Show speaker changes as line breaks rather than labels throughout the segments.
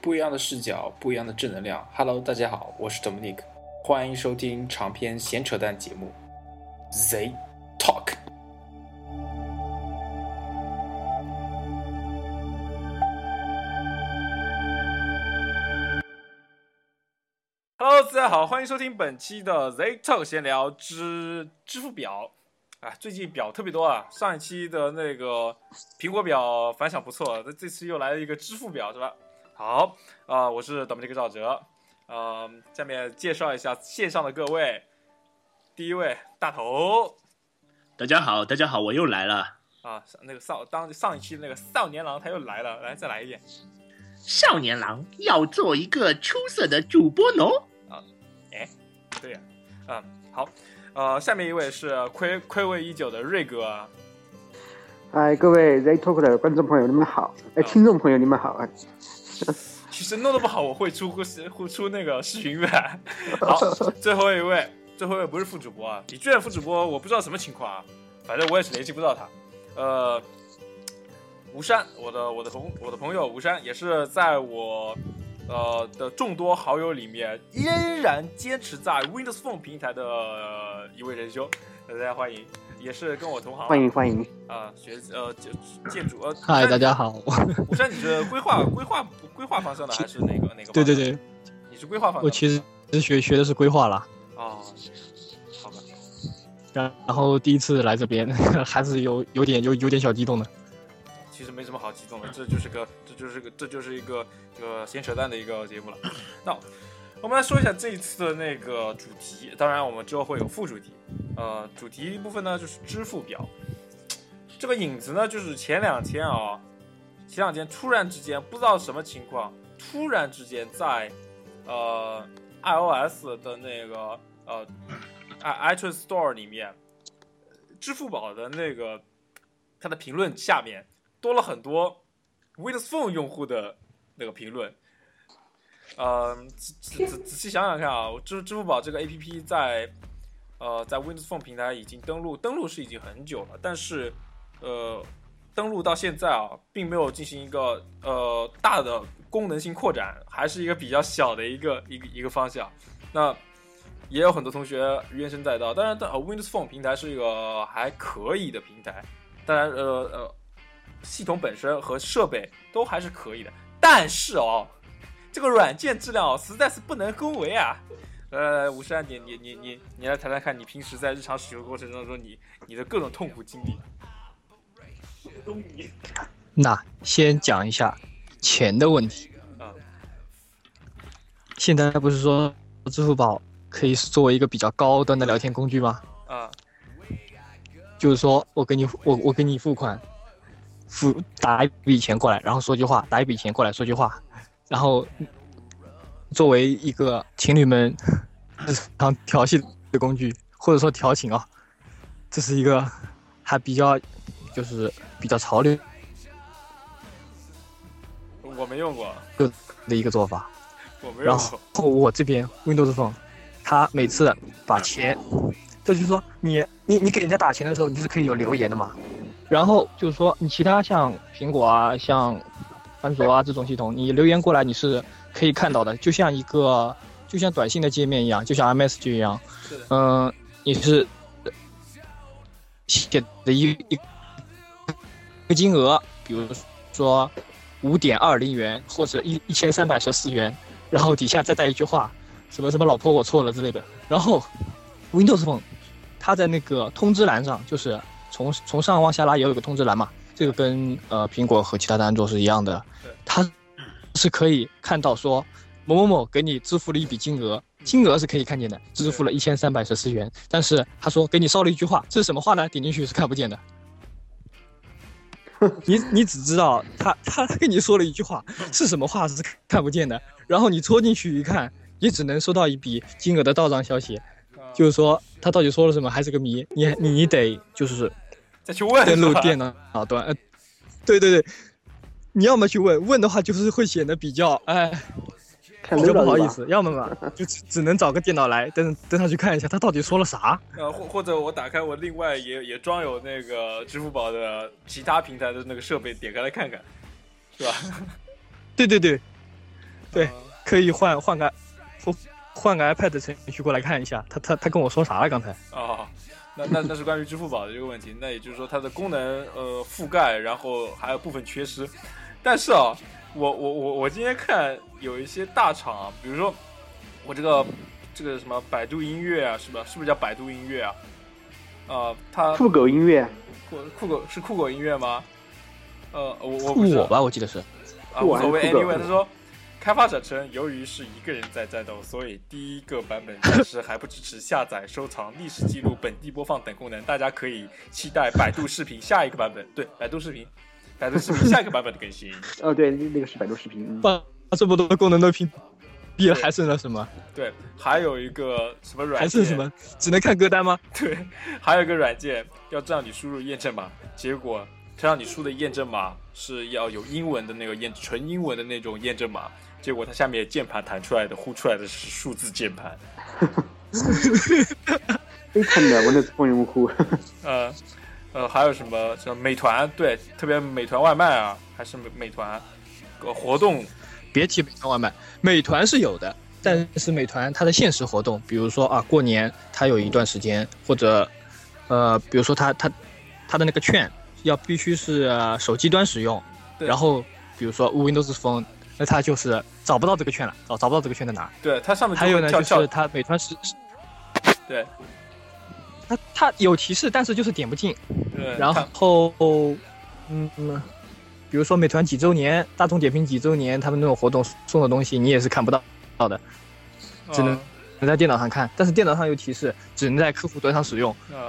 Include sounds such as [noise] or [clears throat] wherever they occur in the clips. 不一样的视角，不一样的正能量。Hello，大家好，我是 Dominic，欢迎收听长篇闲扯淡节目《Z Talk》。Hello，大家好，欢迎收听本期的 Z Talk 闲聊之支付表。啊，最近表特别多啊！上一期的那个苹果表反响不错，那这次又来了一个支付表，是吧？好，啊、我是咱们这个赵哲，呃，下面介绍一下线上的各位。第一位大头
大家好，大家好，我又来了。
啊，那个少当上一期的那个少年郎他又来了，来再来一遍。
少年郎要做一个出色的主播侬。
对呀、嗯，好，呃，下面一位是暌暌违已久的瑞哥，
嗨，哎各位 Z Talk 的观众朋友，你们好！哎，听众朋友，你们好！哎，
其实弄得不好，我会出会出那个视频版。好，最后一位，最后一位不是副主播啊，李俊副主播，我不知道什么情况啊，反正我也是联系不到他。呃，吴山，我的我的同我的朋友吴山，也是在我呃的众多好友里面，依然坚持在 Windows Phone 平台的、呃一位仁兄，大家欢迎，也是跟我同行啊
欢迎欢迎！
啊、学呃建建筑呃，
嗨，
吴
大
山
家好。
吴山，你是规划规划规划方向的还是哪个哪个？
对对，对，
你是规划方向的。
我其实是学学的是规划啦，
哦，好吧，
然然后第一次来这边， [laughs] 还是有有点有有点小激动的。
其实没什么好激动的，这就是个这就是个这就是一个这个闲扯淡的一个节目了。 [coughs] 那我们来说一下这一次的那个主题，当然我们之后会有副主题。呃，主题部分呢就是支付表，这个影子呢就是前两天啊、前两天突然之间不知道什么情况，突然之间在呃 iOS 的那个呃 i iTunes Store 里面，支付宝的那个它的评论下面多了很多 Windows Phone 用户的那个评论。呃，仔仔仔仔细想想看啊，支支付宝这个 APP 在呃在 Windows Phone 平台已经登录，登录是已经很久了，但是呃登录到现在啊，并没有进行一个呃大的功能性扩展，还是一个比较小的一个一个一个方向。那也有很多同学怨声载道，当然，但呃 Windows Phone 平台是一个还可以的平台，当然，呃呃，系统本身和设备都还是可以的，但是哦，这个软件质量哦实在是不能恭维啊。呃，五十二，你你你你你来谈谈看，你平时在日常使用过程当中，你你的各种痛苦经历。
那先讲一下钱的问题。
啊
现在不是说支付宝可以作为一个比较高端的聊天工具吗？
啊
就是说我给你我我给你付款，付打一笔钱过来，然后说句话，打一笔钱过来说句话，然后作为一个情侣们日常调戏的工具，或者说调情啊，这是一个还比较就是比较潮流
我没用过，
的一个做法。
我没用
然后
过。
我这边 Windows Phone，它每次把钱，这就是说你你你给人家打钱的时候，你是可以有留言的嘛。然后就是说你其他像苹果啊、像安卓啊这种系统，你留言过来你是可以看到的，就像一个就像短信的界面一样，就像 iMessage 一样。
是的，
嗯、你是写的一一一个金额，比如说五点二零元或者一一千三百十四元，然后底下再带一句话，什么什么老婆我错了之类的。然后 Windows Phone 它在那个通知栏上，就是从从上往下拉也有一个通知栏嘛，这个跟呃苹果和其他的安卓是一样的
对，
它是可以看到说某某某给你支付了一笔金额，金额是可以看见的，支付了一千三百十四元，但是他说给你捎了一句话，这是什么话呢？点进去是看不见的。你你只知道他他他跟你说了一句话，是什么话是看不见的，然后你戳进去一看，也只能收到一笔金额的到账消息，
啊
就是说他到底说了什么还是个谜，
[laughs]
你你你得就是
再去问
登录
是吧
电脑端，呃，对对对，你要么去问，问的话就是会显得比较哎
看
比
热
较不
闹
好
了
意
吧？
思，要么
[laughs]
嘛就只只能找个电脑来登登上去看一下他到底说了啥，
呃，或或者我打开我另外也也装有那个支付宝的其他平台的那个设备，点开来看看，是吧？
对对对，
啊
对可以换换个换换个 iPad 程序过来看一下。他他他跟我说啥了？刚才
啊，那那那是关于支付宝的这个问题。那也就是说，它的功能呃覆盖，然后还有部分缺失。但是啊，我我我我今天看有一些大厂、啊，比如说我这个这个什么百度音乐啊，是吧？是不是叫百度音乐啊？啊、它
酷狗音乐，
酷酷狗是酷狗音乐吗？呃，我我不
酷
知道
我吧，我记得是。
啊，
酷
无
啊
所谓。
酷狗
Anyway，他说，开发者称，由于是一个人在战斗，所以第一个版本暂时还不支持下载、收藏、历史记录、本地播放等功能，大家可以期待百度视频下一个版本。对，百度视频，百度视频下一个版本的更新。
哦，对，那那个是百度视频。嗯
把这么多功能都屏蔽了，还剩了什么？
对，还有一个什么软
还
件？
[laughs] 剩什么？只能看歌单吗？
对，还有一个软件要让你输入验证码，结果它让你输的验证码是要有英文的那个验，纯英文的那种验证码，结果它下面键盘弹出来的呼出来的是数字键盘。
非常的 Windows Phone 用户，
呃，呃，还有什么像美团，对，特别美团外卖啊，还是美美团呃活动，
别提美团外卖，美团是有
嗯
的，但是美团它的限时活动，比如说啊，过年它有一段时间，或者呃，比如说它它它的那个券要必须是、呃手机端使用，
对
然后比如说 Windows Phone，那它就是找不到这个券了，找找不到这个券在哪儿。
对，它上面就
还有呢，
跳
就
跳
是，它美团是
对
它它有提示，但是就是点不进。
对，
然
它
后，嗯，嗯比如说美团几周年、大众点评几周年，他们那种活动送的东西，你也是看不到到的，只
嗯
能能在电脑上看。但是电脑上有提示，只能在客户端上使用。
啊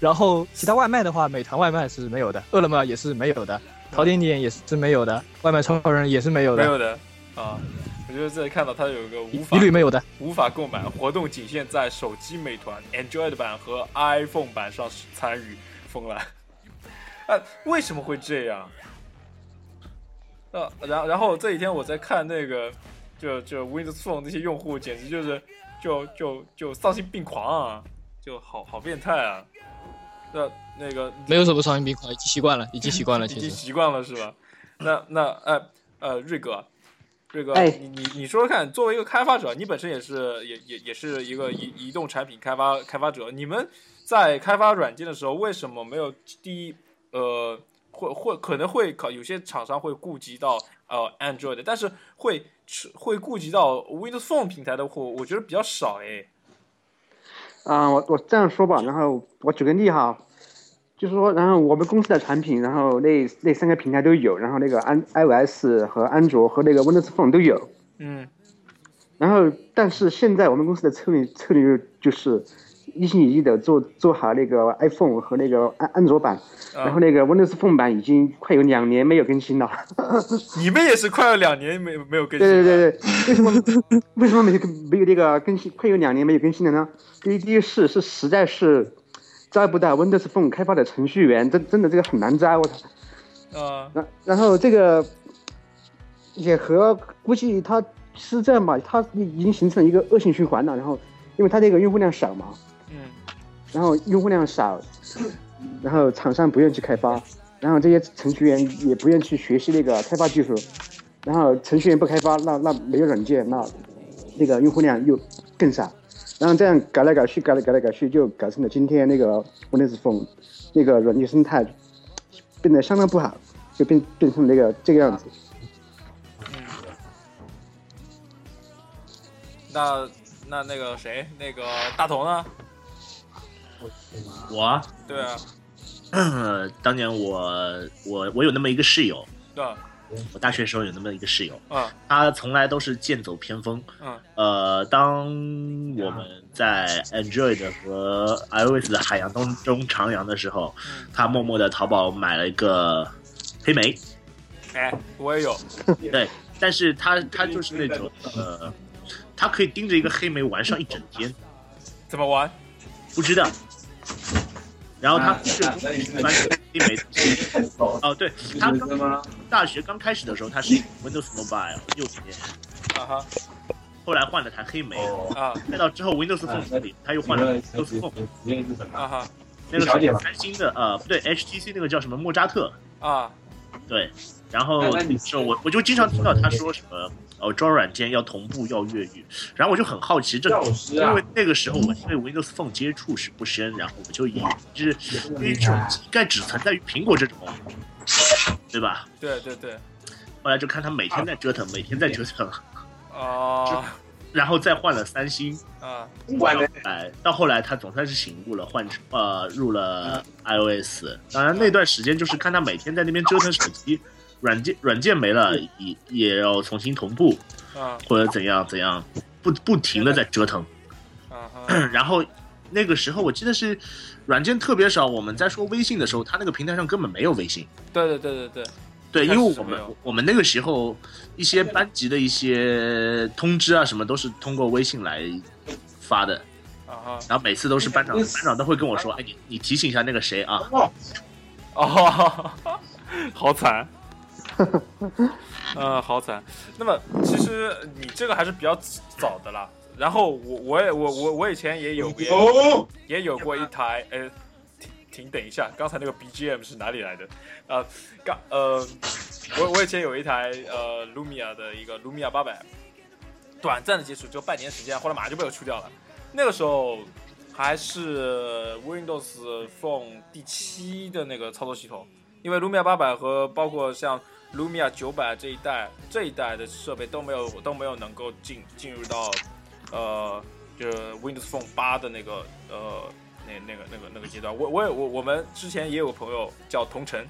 然后其他外卖的话，美团外卖是没有的，饿了么也是没有的，淘点点也是没有的，外卖超人也是没有
嗯没
的，
有的啊，我就是这里看到它有一个无法
一律没有的。
无法购买，活动仅限在手机美团 Android 版和 iPhone 版上参与，疯了。 [laughs] 啊，为什么会这样？呃，然然后这几天我在看那个，就就 Windows Phone 那些用户，简直就是就就就丧心病狂啊，就好好变态啊。那那个
没有什么伤心病狂，已经习惯了，已经习
[laughs]
惯了。
已
其
经
实
习惯了是吧？那那呃呃，瑞哥，瑞哥，
哎
你你你说说看，作为一个开发者，你本身也是也也也是一个移移动产品开发开发者，你们在开发软件的时候，为什么没有第一呃，会会可能会考有些厂商会顾及到呃 Android，但是会会顾及到 Windows Phone 平台的货，我觉得比较少哎。
[laughs] 啊、我我这样说吧，然后我举个例哈，就是说，然后我们公司的产品，然后那那三个平台都有，然后那个安 iOS 和安卓和那个 Windows Phone 都有，
嗯
然后但是现在我们公司的策略策略就是一心一意的做做好那个 iPhone 和那个安安卓版，
啊
然后那个 Windows Phone 版已经快有两年没有更新了。 [laughs]
你们也是快要两年没没有更新了，
对对对对，为什么为什么没有更没有这个更新？快有两年没有更新了呢？第一第一是是实在是招不到 Windows Phone 开发的程序员，真真的这个很难招。我操！
对啊
然然后这个也和估计它是这样吧，它已经形成一个恶性循环了。然后因为它这个用户量少嘛，
嗯
然后用户量少，然后厂商不愿意去开发，然后这些程序员也不愿意去学习那个开发技术，然后程序员不开发，那那没有软件，那那个用户量又更少，然后这样改来改去，改来改来改去，就改成了今天那个 Windows Phone 那个软件生态变得相当不好，就变变成那个这个样子。
那那那个谁，那个大头呢？
我啊，
对啊，
当年我我我有那么一个室友，
对啊，
我大学时候有那么一个室友，
嗯
他从来都是剑走偏锋。
嗯
呃，当我们在 Android 和 iOS 的海洋当中徜徉的时候，
嗯，
他默默的淘宝买了一个黑莓，
哎，我也有，
对，但是他他就是那种呃，他可以盯着一个黑莓玩上一整天，
怎么玩？
不知道。然后他
啊
是完全黑莓，哦，对他刚大学刚开始的时候，他是 Windows Mobile 右边，
啊哈
后来换了台黑莓，
啊
再到之后 Windows Phone 这里，他又换了 Windows Phone，
啊哈
那个是三星的呃不对 HTC 那个叫什么莫扎特，
啊
对，然后是哦我我就经常听到他说什么哦，装软件要同步要越狱，然后我就很好奇这，因为那个时候我对 Windows Phone 接触是不深，然后我就以为就是因为这种应该只存在于苹果这种，对吧？
对对对，
后来就看他每天在折腾，每天在折腾，
哦
然后再换了三星，
啊
换了哎，到后来他总算是醒悟了，换成呃入了
嗯
iOS。当然那段时间就是看他每天在那边折腾手机，软件软件没
嗯
了也也要重新同步
啊
或者怎样怎样，不不停的在折腾。
啊哈，
然后那个时候我记得是软件特别少，我们在说微信的时候，他那个平台上根本没有微信。
对对对对对，
对，因
开
为
始
我
是没
们
有
我们那个时候一些班级的一些通知啊什么都是通过微信来发的，
啊哈，
然后每次都是班长班长都会跟我说，哎你你提醒一下那个谁啊，
哦， [laughs] 好惨，嗯，好惨。那么其实你这个还是比较早的啦。然后我我也我我我以前也有也有也有过一台，呃，停停，等一下，刚才那个 BGM 是哪里来的？呃，刚呃，我我以前有一台呃 Lumia 的一个 Lumia 八百，短暂的接触，只有半年时间，后来马上就被我出掉了。那个时候还是 Windows Phone 第七的那个操作系统，因为 Lumia 八百和包括像 Lumia 九百这一代这一代的设备都没有都没有能够进进入到呃就是 Windows Phone 八的那个呃那那个那个那个阶段。我我也我我们之前也有个朋友叫同城，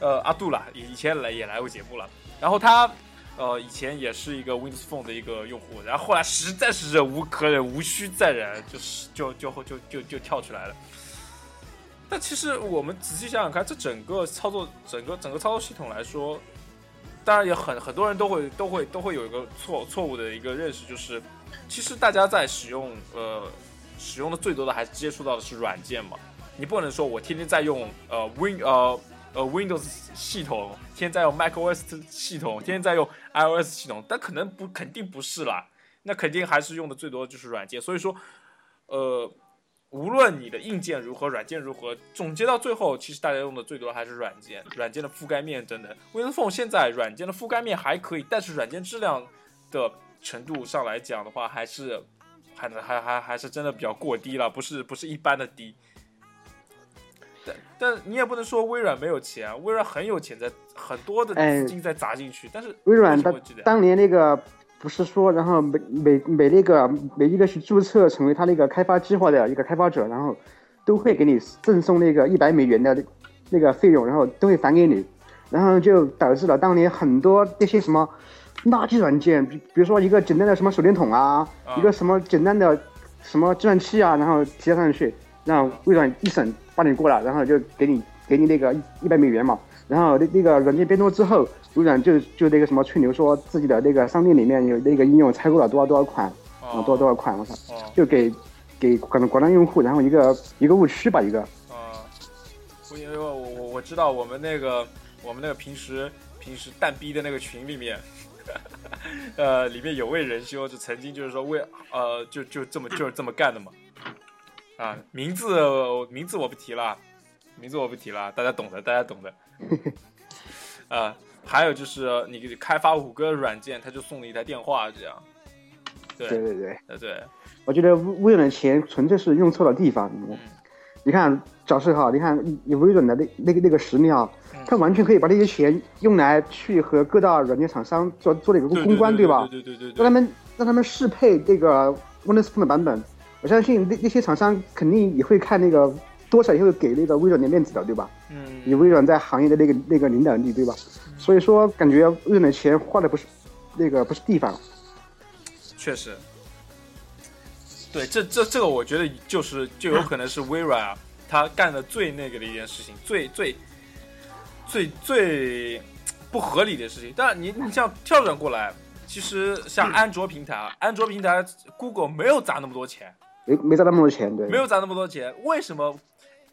呃阿杜啦，以以前来也来过节目了，然后他。呃，以前也是一个 Windows Phone 的一个用户，然后后来实在是忍无可忍，无需再忍，就是就就就就就跳出来了。但其实我们仔细想想看，这整个操作、整个整个操作系统来说，当然也很很多人都会都会都会有一个错错误的一个认识，就是其实大家在使用呃使用的最多的还是接触到的是软件嘛，你不能说我天天在用呃 Win 呃呃 Windows 系统，天天在用 macOS 系统，天天在用 iOS 系统，但可能不肯定不是啦，那肯定还是用的最多的就是软件。所以说，呃，无论你的硬件如何，软件如何，总结到最后，其实大家用的最多还是软件，软件的覆盖面等等。Windows Phone 现在软件的覆盖面还可以，但是软件质量的程度上来讲的话，还是还还还还是真的比较过低了，不是不是一般的低。但但你也不能说微软没有钱啊，微软很有钱在，很多的
哎
资金在砸进去，但是
微软
为什么
当
质量
当年那个不是说，然后每每每那个每一个去注册成为他那个开发计划的一个开发者，然后都会给你赠送那个一百美元的那个费用，然后都会返给你，然后就导致了当年很多那些什么垃圾软件，比比如说一个简单的什么手电筒啊，
啊
一个什么简单的什么计算器啊，然后贴上去，让微软一审把你过了，然后就给你给你那个一百美元嘛。然后那那个软件变多之后，微软就就那个什么吹牛说自己的那个商店里面有那个应用采购了多少多少款，啊
哦
多少多少款，我操，
哦
就给给广广大用户，然后一个一个误区吧，一个
啊，我因为我我我知道我们那个我们那个平时平时蛋逼的那个群里面， [laughs] 呃，里面有位仁兄就曾经就是说为呃就就这么就是这么干的嘛，啊，名字名字我不提了，名字我不提了，大家懂的，大家懂
[laughs]
的，啊，还有就是你开发谷歌软件，他就送你一台电话这样，对
对对对，
呃对，
我觉得微微软的钱纯粹是用错了地方。嗯
嗯
你看，假设哈，你看以微软的那那个那个实力啊，
嗯
它完全可以把这些钱用来去和各大软件厂商做做那个公关，
对
吧？
对对对对
让
对
他们让他们适配这个 Windows Phone 的版本。我相信那那些厂商肯定也会看那个多少也会给那个微软点面子的，对吧？
嗯
以微软在行业的那个那个领导力，对吧？所以说，感觉微软的钱花的不是那个不是地方。
确实，对，这这这个我觉得就是就有可能是微软啊，他干的最那个的一件事情，最最最最不合理的事情。但你你像跳转过来，其实像安卓平台，啊，安卓平台 Google 没有砸那么多钱，
没没砸那么多钱，对，
没有砸那么多钱，为什么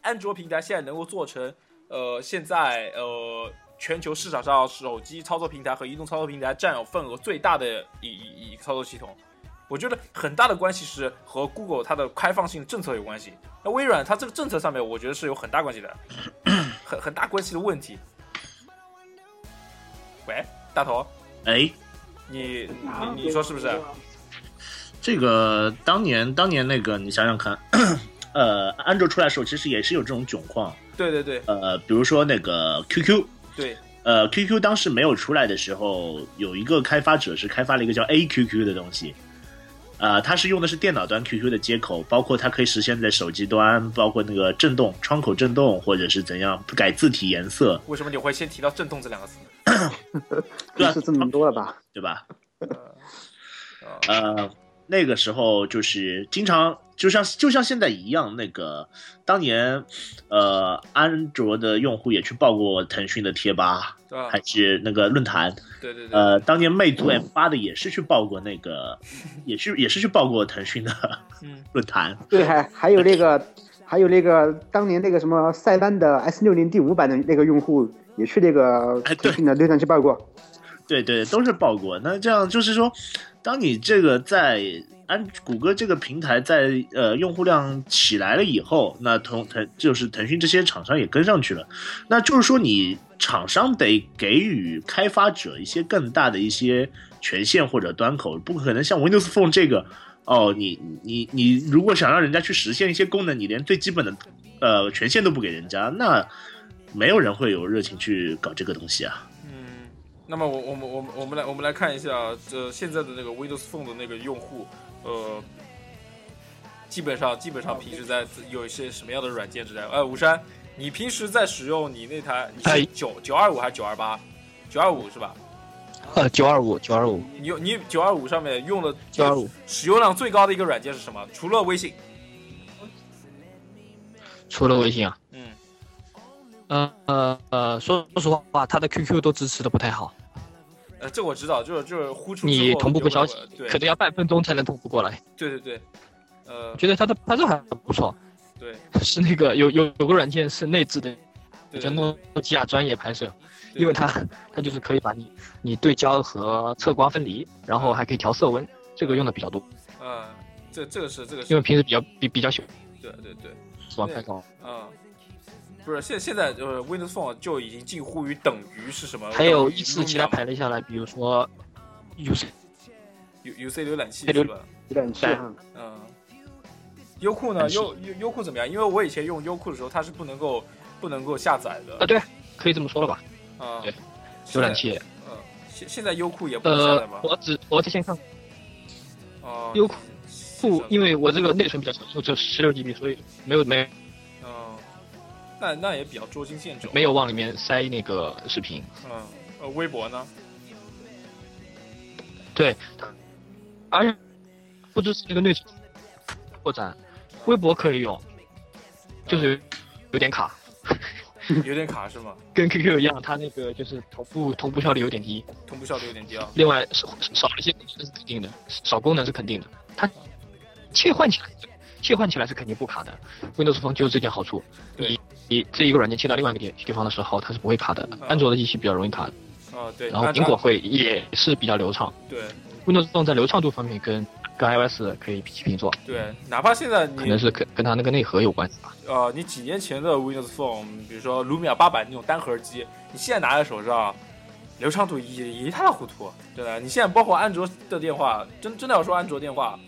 安卓平台现在能够做成呃现在呃全球市场上手机操作平台和移动操作平台占有份额最大的一一一个操作系统？我觉得很大的关系是和 Google 它的开放性政策有关系。那微软它这个政策上面，我觉得是有很大关系的，很很大关系的问题。喂，大头，
哎，
你你你说是不是？
这个当年当年那个，你想想看， [clears throat] 呃，安卓出来的时候，其实也是有这种窘况。
对对对
呃，比如说那个 QQ，
对，
呃，QQ 当时没有出来的时候，有一个开发者是开发了一个叫 AQQ 的东西，呃，它是用的是电脑端 QQ 的接口，包括它可以实现在手机端，包括那个震动、窗口震动，或者是怎样改字体颜色，
为什么你会先提到“震动”这两个词？
对啊
是这么多了吧？
对吧？
呃
呃，那个时候就是经常就像就像现在一样，那个当年，呃，安卓的用户也去报过腾讯的贴吧，
啊，
还是那个论坛。
对对对，
呃，当年魅族 M 八的也是去报过那个，也是也是去报过腾讯的
嗯，
[laughs] 论坛。
对，还还有那个，还有那个当年那个什么塞班的 S 六零第五版的那个用户也去那个
哎对
腾讯的论坛去报过。
对对，都是报过。那这样就是说，当你这个在安谷歌这个平台在呃用户量起来了以后，那腾腾就是腾讯这些厂商也跟上去了。那就是说，你厂商得给予开发者一些更大的一些权限或者端口，不可能像 Windows Phone 这个哦，你你你如果想让人家去实现一些功能，你连最基本的呃权限都不给人家，那没有人会有热情去搞这个东西啊。
嗯，那么我我们我们我们来我们来看一下这现在的那个 Windows Phone 的那个用户，呃，基本上基本上平时在有一些什么样的软件之类的？呃，吴山，你平时在使用你那台你
哎
是九九二五还是九二八？九二五是吧？
呃，九二五九二五
你有你九二五上面用的
九二五，
使用量最高的一个软件是什么？除了微信，
除了微信啊，
嗯，
呃呃呃，说说实话，它的 QQ 都支持的不太好，
呃，这我知道，就是就是呼出之后
你同步个消息
就会对
可能要半分钟才能同步过来。
对对对，呃，
觉得它的拍照还不错，
对
是那个有有有个软件是内置的，
对
叫
对
诺基亚专业拍摄，
对
因为它它就是可以把你你对焦和侧光分离，然后还可以调色温，这个用的比较多，
啊，这这个是这个
因
是
为平时比较比比较喜
对对对。
欢拍照。
嗯，不是，现现在就是 Windows Phone 就已经近乎于等于是什么？
还有
等于
依次其他排列下来，比如说 UC
U U C 浏览器
对
是吧？
有点气哈，
嗯，优酷呢？
嗯但是
优优优酷怎么样？因为我以前用优酷的时候，它是不能够不能够下载
啊，
的
对，可以这么说了吧？
啊。
呃对
现
浏
在
览。器，
嗯，现现在优酷也不能下
呃
载吗，？
我只我之前看
哦，
优酷
酷
不，因为我这个内存比较小，就只有十六 GB，所以没有没
嗯，那那也比较捉襟见肘。
没有往里面塞那个视频。
嗯，呃，微博
[laughs]
呢？
对，而且不支持那个内存扩展，微博可以用，就是有有点卡，
有点卡是吗？
跟 QQ 一样，它那个就是同步同步效率有点低。
同步效率有点低啊。
另外少少了一些功能是肯定的，少功能是肯定的，它切换起来，切换起来是肯定不卡的。Windows Phone 就是这点好处，
对
你你这一个软件切到另外一个地地方的时候，它是不会卡的。安卓的机器比较容易卡，
啊，嗯对。
然后
按
苹果会也是比较流畅。
对
Windows Phone 在流畅度方面跟跟 iOS 可以匹敌做，
对，哪怕现在
可
你
能是跟跟它那个内核有关系吧。
呃，你几年前的 Windows Phone，比如说卢米亚八百那种单核机，你现在拿在手上，流畅度也一塌糊涂，真的。你现在包括安卓的电话，真真的要说安卓电话，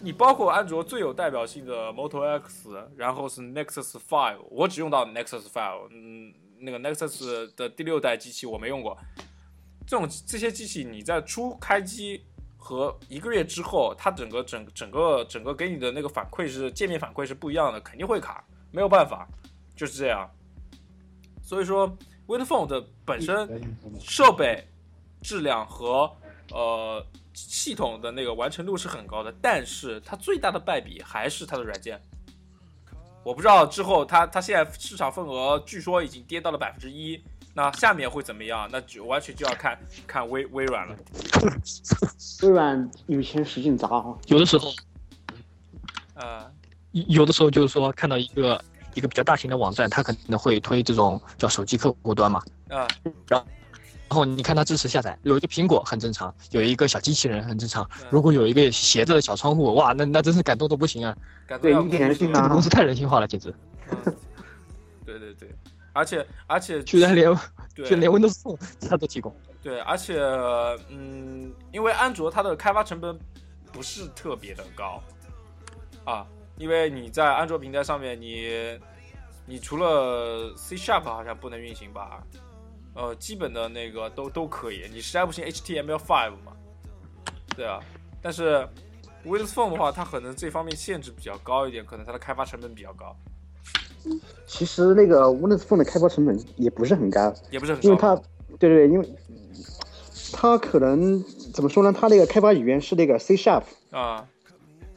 你包括安卓最有代表性的 Moto X，然后是 Nexus Five，我只用到 Nexus Five，嗯，那个 Nexus 的第六代机器我没用过。这种这些机器，你在初开机和一个月之后，它整个整整个整个给你的那个反馈是界面反馈是不一样的，肯定会卡，没有办法，就是这样。所以说 w i n d Phone 的本身设备质量和呃系统的那个完成度是很高的，但是它最大的败笔还是它的软件。我不知道之后它它现在市场份额据说已经跌到了百分之一，那下面会怎么样？那就完全就要看看微微软了。
微软有钱使劲砸啊哈。
有的时候，
呃，
有的时候就是说看到一个一个比较大型的网站，它可能会推这种叫手机客户端嘛，
啊、
然后你看它支持下载，有一个苹果很正常，有一个小机器人很正常
嗯。
如果有一个斜着的小窗户，哇，那那真是感动的不行啊！
感觉
对
要
一点人性啊
公司太人性化了，简直
嗯对对对，而且而且
居然连
对
就连 Windows Phone [laughs] 它都提供。
对，而且嗯，因为安卓它的开发成本不是特别的高啊，因为你在安卓平台上面你，你除了 C Sharp 好像不能运行吧，呃，基本的那个都都可以，你实在不行 HTML5 嘛，对啊，但是 Windows Phone 的话，它可能这方面限制比较高一点，可能它的开发成本比较高，
其实那个 Windows Phone 的开发成本也不是很高，
也不是很高，
因为它，对对对，因为它可能怎么说呢？它那个开发语言是那个 C Sharp，
啊，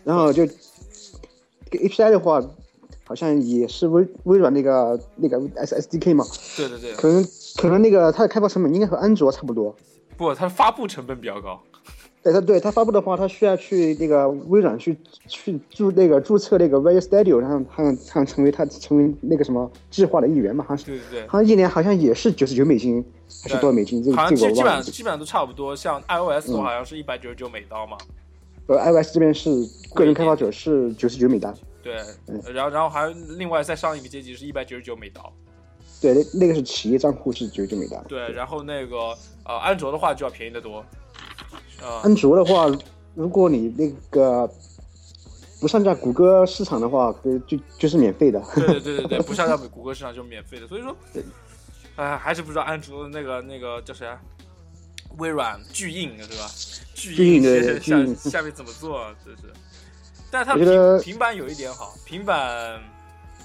然后就这个 API 的话，好像也是微微软那个那个 S S D K 嘛，
对对对，
可能可能那个它的开发成本应该和安卓差不多。
不，它的发布成本比较高，
对它对它发布的话，它需要去那个微软去去注那个注册那个 Visual Studio，然后还有还有成为它成为那个什么智化的一员嘛，好像是。
对对对。
好像一年好像也是九十九美金，还是多少美金？这
好
个
像
这
基
个我
基本
忘
上
了。
基本上都差不多，像 iOS 的话好像是一百九十九美刀嘛，
呃，iOS 这边是个人开发者是九十九美单，
对，呃然后然后还有另外再上一个阶级是一百九十九美刀，
对，那那个是企业账户是九十九美单。
对，然后那个呃安卓的话就要便宜得多，啊、
安卓的话，如果你那个不上架谷歌市场的话，可能就就是免费的。 [laughs]
对对对对对，不像在谷歌市场就是免费的，所以说，哎、还是不知道安卓的那个那个叫谁啊，微软巨硬是吧？巨
巨硬对
这
对巨
下
硬
下面怎么做、啊？这是，但是它
我觉得
平平板有一点好，平板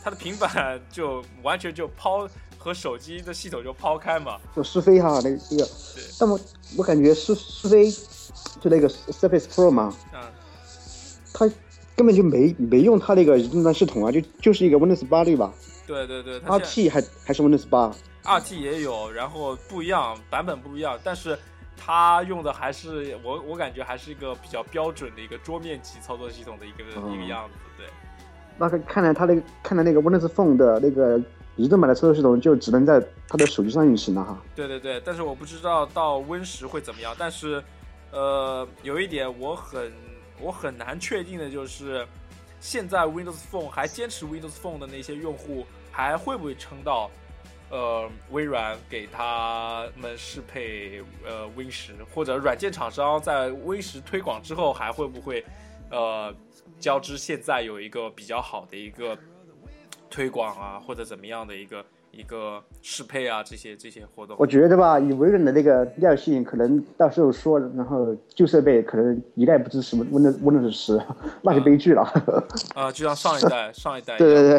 它的平板就完全就抛和手机的系统就抛开嘛，
就是非哈，那个这个，但我我感觉是是非，就那个 Surface Pro 嘛，
嗯，
它根本就没没用它那个云端系统啊，就就是一个 Windows 八对吧
对对对，它现在
？RT 还还是 Windows 八，
二 T 也有，然后不一样版本不一样，但是它用的还是我我感觉还是一个比较标准的一个桌面级操作系统的一个、
嗯
一个样子，对
那个看来它那个看来那个 Windows Phone 的那个移动版的操作系统就只能在它的手机上运行了哈。
对对对，但是我不知道到 Win 十会怎么样，但是呃有一点我很我很难确定的就是，现在 Windows Phone 还坚持 Windows Phone 的那些用户还会不会撑到。呃，微软给他们适配呃 Win 十，或者软件厂商在 Win 十推广之后，还会不会呃交织现在有一个比较好的一个推广啊，或者怎么样的一个一个适配啊这些这些活动
我？觉得吧，以微软的那个调性，可能到时候说，然后旧设备可能一概不支持 Windows Windows 十，那就悲剧了。
啊、就像上一代上一代一
[laughs] 对
样
对对，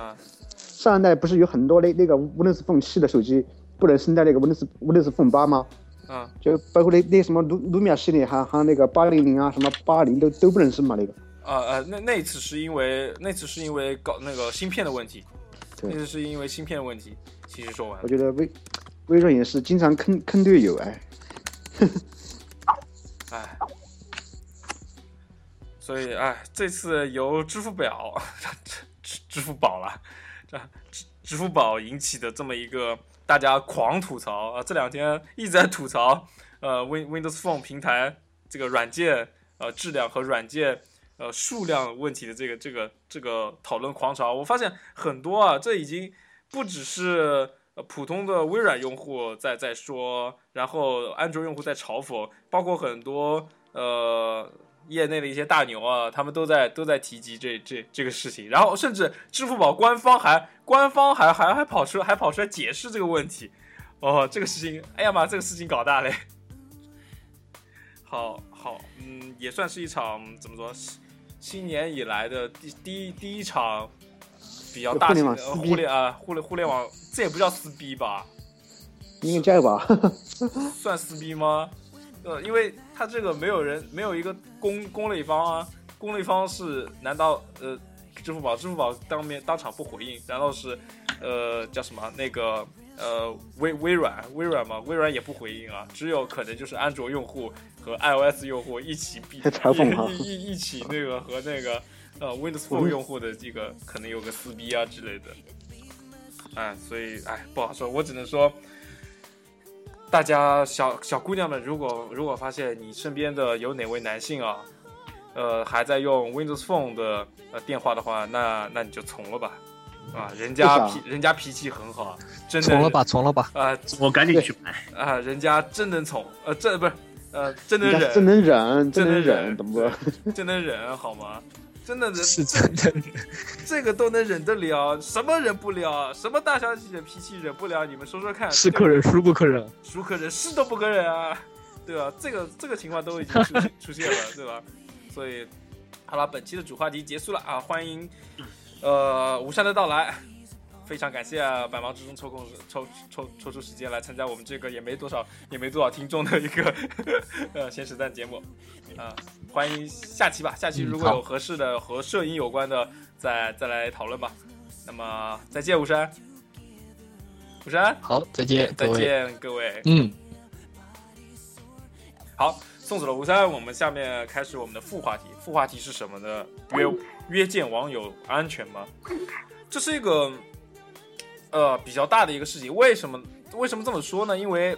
啊、
上一代不是有很多那那个 Windows Phone 七的手机不能升到那个 Windows Windows Phone 八吗？
啊、
就包括那那什么卢卢米亚系列，还还有那个八零零啊，什么八零都都不能升嘛那个。
啊呃，那那次是因为那次是因为搞那个芯片的问题，
对
那次是因为芯片的问题。其实说完
我，觉得微微软也是经常坑坑队友哎。
哎，所以哎，这次由支付宝 [laughs] 支支支付宝了，这支支付宝引起的这么一个大家狂吐槽啊，这两天一直在吐槽，呃，Win Windows Phone 平台这个软件呃质量和软件呃数量问题的这个这个这个讨论狂潮，我发现很多啊，这已经不只是。呃普通的微软用户在在说，然后安卓用户在嘲讽，包括很多呃业内的一些大牛啊，他们都在都在提及这这这个事情，然后甚至支付宝官方还官方还还还跑出还跑出来解释这个问题，哦，这个事情，哎呀妈，这个事情搞大嘞， [laughs] 好好，嗯，也算是一场怎么说，新新年以来的第第一第一场比较大型的呃
互联网撕逼
互联啊互联互联网，这也不叫撕逼吧，
应该加油吧，
算撕逼吗？呃，因为他这个没有人，没有一个攻攻类方啊，攻类方是难道呃支付宝支付宝当面当场不回应，难道是呃叫什么那个呃微微软微软嘛，微软也不回应啊，只有可能就是安卓用户和 iOS 用户一起比
嘲讽他
一一一起那个和那个呃 Windows
我
Phone
们
用户的这个可能有个撕逼啊之类的，哎，所以哎不好说，我只能说。大家小小姑娘们，如果如果发现你身边的有哪位男性啊，呃，还在用 Windows Phone 的呃电话的话，那那你就从了吧，啊，人家
至
脾人家脾气很好，真的
从了吧，从了吧，
啊
我赶紧去买。
啊，人家真能宠，呃，这不是呃，真
[laughs]
能
人家
忍，
真能忍，真能
真能
忍，
忍
懂不？
真能忍，好吗？真的能
是真的。
这个都能忍得了，什么忍不了？什么大小姐脾气忍不了？你们说说看，
是可忍，孰不可忍？
孰可忍，是都不可忍啊， [laughs] 对吧？这个这个情况都已经
[laughs]
出出现了，对吧？所以，好了，本期的主话题结束了啊，欢迎
嗯
呃无善的到来，非常感谢啊百忙之中抽空抽抽抽出时间来参加我们这个也没多少也没多少听众的一个 [laughs] 呃闲时段节目啊、欢迎下期吧，下期
嗯
如果有
好
合适的和摄影有关的，再再来讨论吧。那么再见，吴山，吴山，
好，再见，
再
各位。
见各位。
嗯，
好，送走了吴三，我们下面开始我们的副话题。副话题是什么呢？约约见网友安全吗？这是一个呃比较大的一个事情。为什么为什么这么说呢？因为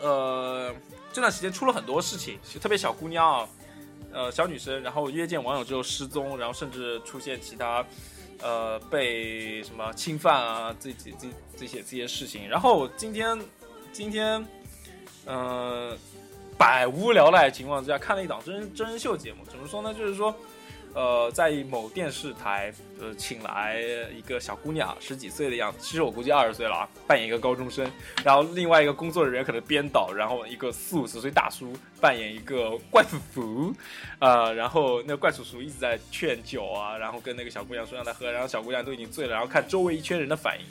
呃这段时间出了很多事情，特别小姑娘，呃小女生，然后约见网友之后失踪，然后甚至出现其他呃被什么侵犯啊这这这这些这些事情。然后今天今天呃百无聊赖的情况之下，看了一档真人真人秀节目。怎么说呢？就是说，呃，在某电视台呃请来一个小姑娘，十几岁的样子，其实我估计二十岁了啊，扮演一个高中生。然后另外一个工作人员可能编导，然后一个四五十岁大叔扮演一个怪叔叔，呃，然后那个怪叔叔一直在劝酒啊，然后跟那个小姑娘说让她喝，然后小姑娘都已经醉了，然后看周围一圈人的反应。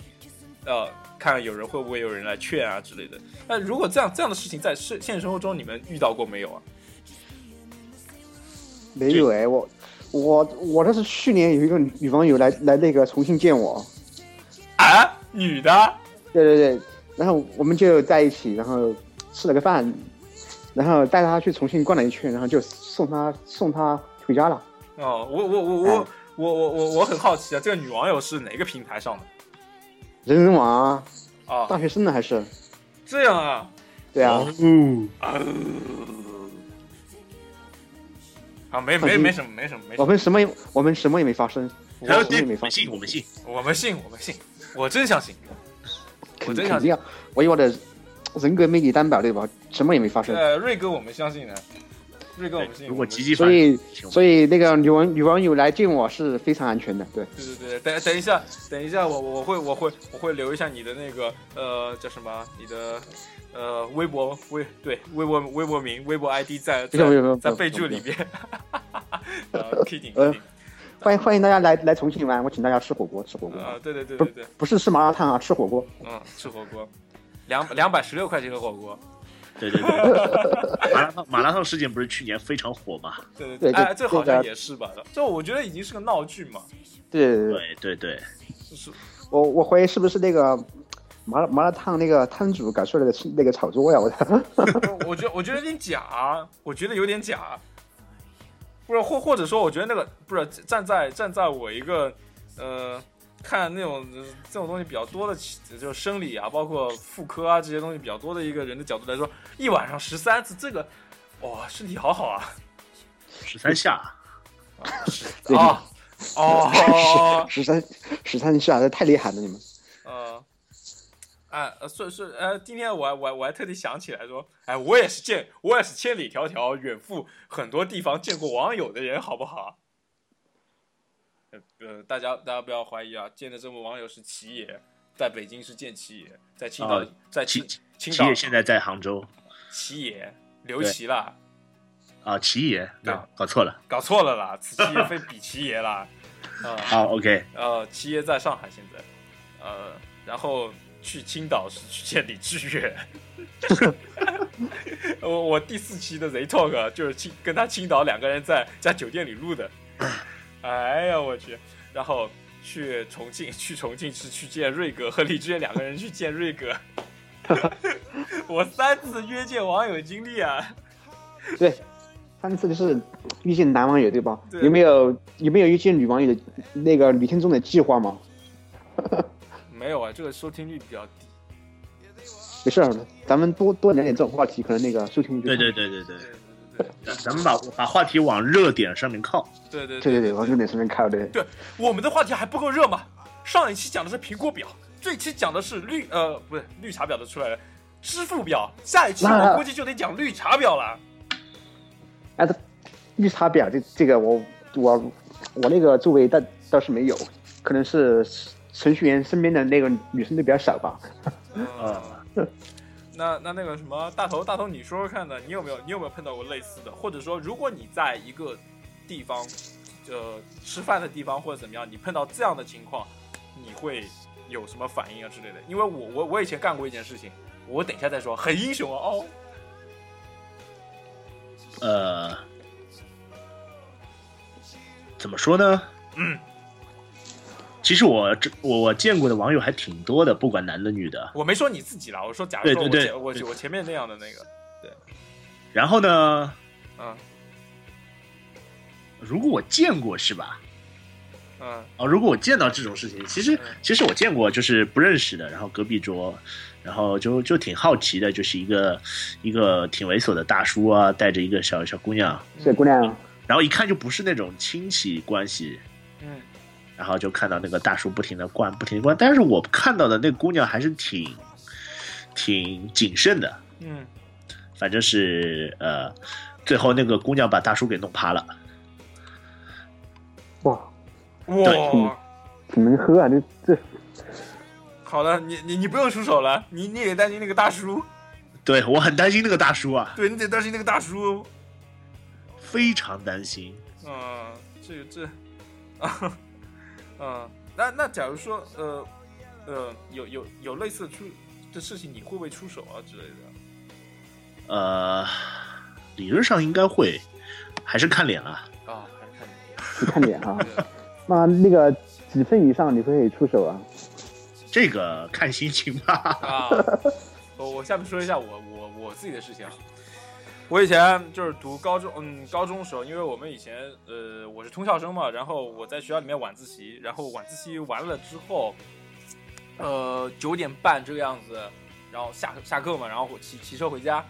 呃，看有人会不会有人来劝啊之类的。那如果这样这样的事情在现现实生活中，你们遇到过没有啊？
没有哎，我我我这是去年有一个女网友来来那个重庆见我，
啊，女的
对对对，然后我们就在一起，然后吃了个饭，然后带她去重庆逛了一圈，然后就送她送她回家了。
哦，我我我我我我我我很好奇啊，这个女网友是哪个平台上的
人人网啊，大
啊？
学生呢还是？
这样啊，
对啊，
哦，
啊，没没没什么，没什么，没什
我
么，
们什么也我们什么也没发生，
还有
什么
这
也没
我
发
们信，
生，
我们信。
我们信，我们信，我真相信。我
肯
真
肯
想
定要，我有我的人格魅力担保对吧？什么也没发生，
呃，瑞哥，我们相信的，瑞哥，我们信。
如果积
急，
极反
所
应，
以所以那个女网女网友来见我是非常安全的，对。
对对对，等等一下，等一下，我我我会我会我会留一下你的那个呃叫什么？你的呃微博微对微博微博名微博 ID 在
不用不用不
在在
用不用
备注
不
里
用
边。 [laughs] 呃，kidding
[laughs] 呃
kidding，
欢迎欢迎大家来来重庆玩，我请大家吃火锅，吃火锅，
啊，对对对对对，
呃不是吃麻辣烫啊，吃火锅。
嗯，吃火锅，两两百十六块钱的火锅，
对对对，马拉烫马拉烫事件不是去年非常火嘛？
对
对
对，
就
哎，这好
这
像
个
也是吧？这我觉得已经是个闹剧嘛，
对对对对，
对对对，
就是
我我怀疑是不是那个麻辣麻辣烫那个摊主搞出来的那个炒作呀？我操！
我觉得我觉得有点假，我觉得有点假，不是或或者说，我觉得那个不是站在站在我一个呃看那种呃这种东西比较多的起，就是生理啊，包括妇科啊这些东西比较多的一个人的角度来说，一晚上十三次，这个哇、身体好好啊
十三下，
对，
啊哦
[laughs] 十三十三下，这太厉害了你们！
嗯，哎，呃所以说，呃，今天我还我还我还特地想起来说，哎，我也是见，我也是千里迢迢远赴很多地方见过网友的人，好不好？呃呃，大家大家不要怀疑啊，见的这位网友是齐野，在北京是见齐野，在青岛、
哦
在
齐
青青
齐
岛
野现在在杭州
齐野刘齐啦，
啊，齐野，对
啊，
搞错了。
搞错了啦，此齐野非彼齐野啦，啊、
好，OK，
呃，七爷在上海现在，呃，然后去青岛是去见李志远。 [laughs] 我我第四期的 Z Talk 啊就是青跟他青岛两个人在在酒店里录的，哎呀我去，然后去重庆去重庆是去见瑞哥和李志远两个人去见瑞哥， [laughs] 我三次约见网友经历啊，
对，上次就是遇见男网友对吧？
对
有没有有没有遇见女网友的那个女听众的计划吗？
没有啊，这个收听率比较低，
没事儿，咱们多多聊点这种话题，可能那个收听率就
对对对对对
对，对对
咱咱们把把话题往热点上面靠。
对对
对对对，我重点身上靠的。
对，我们的话题还不够热吗？上一期讲的是苹果表，这一期讲的是绿呃不是绿茶表都出来了，支付表，下一期
那
我估计就得讲绿茶表了。
哎，这绿茶婊这这个我我我那个周围倒倒是没有，可能是程序员身边的那个女生都比较少吧。
呃，那那那个什么大头大头，你说说看呢？你有没有你有没有碰到过类似的？或者说，如果你在一个地方，呃，吃饭的地方或者怎么样，你碰到这样的情况，你会有什么反应啊之类的？因为我我我以前干过一件事情，我等一下再说，很英雄啊哦。
呃，怎么说呢？
嗯，
其实我这我我见过的网友还挺多的，不管男的女的。
我没说你自己啦，我说假如说我
对对对
前我
对
我前面那样的那个，
然后呢，
嗯
如果我见过是吧？
嗯
哦，如果我见到这种事情，其实
嗯
其实我见过，就是不认识的，然后隔壁桌，然后就就挺好奇的，就是一个一个挺猥琐的大叔啊，带着一个小小姑娘，
这姑娘，
然后一看就不是那种亲戚关系，
嗯
然后就看到那个大叔不停的灌，不停的灌，但是我看到的那个姑娘还是挺挺谨慎的，
嗯，
反正是呃，最后那个姑娘把大叔给弄趴了，
哇，
哇，
挺能喝啊！这这
好了，你你你不用出手了，你你也担心那个大叔，
对我很担心那个大叔啊，
对你得担心那个大叔。
非常担心，
嗯，这这， [laughs] 啊，嗯，那那假如说，呃，呃，有有有类似出的事情，你会不会出手啊之类的？
呃，理论上应该会，还是看脸啊，
啊，还是看你，
你看脸啊
对
那那个几分以上你会出手啊？
这个看心情
[laughs]
吧。 [laughs]
啊。我我下面说一下我我我自己的事情啊。我以前就是读高中，嗯，高中的时候，因为我们以前呃我是通校生嘛，然后我在学校里面晚自习，然后晚自习完了之后，呃九点半这个样子，然后下下课嘛，然后我骑骑车回家，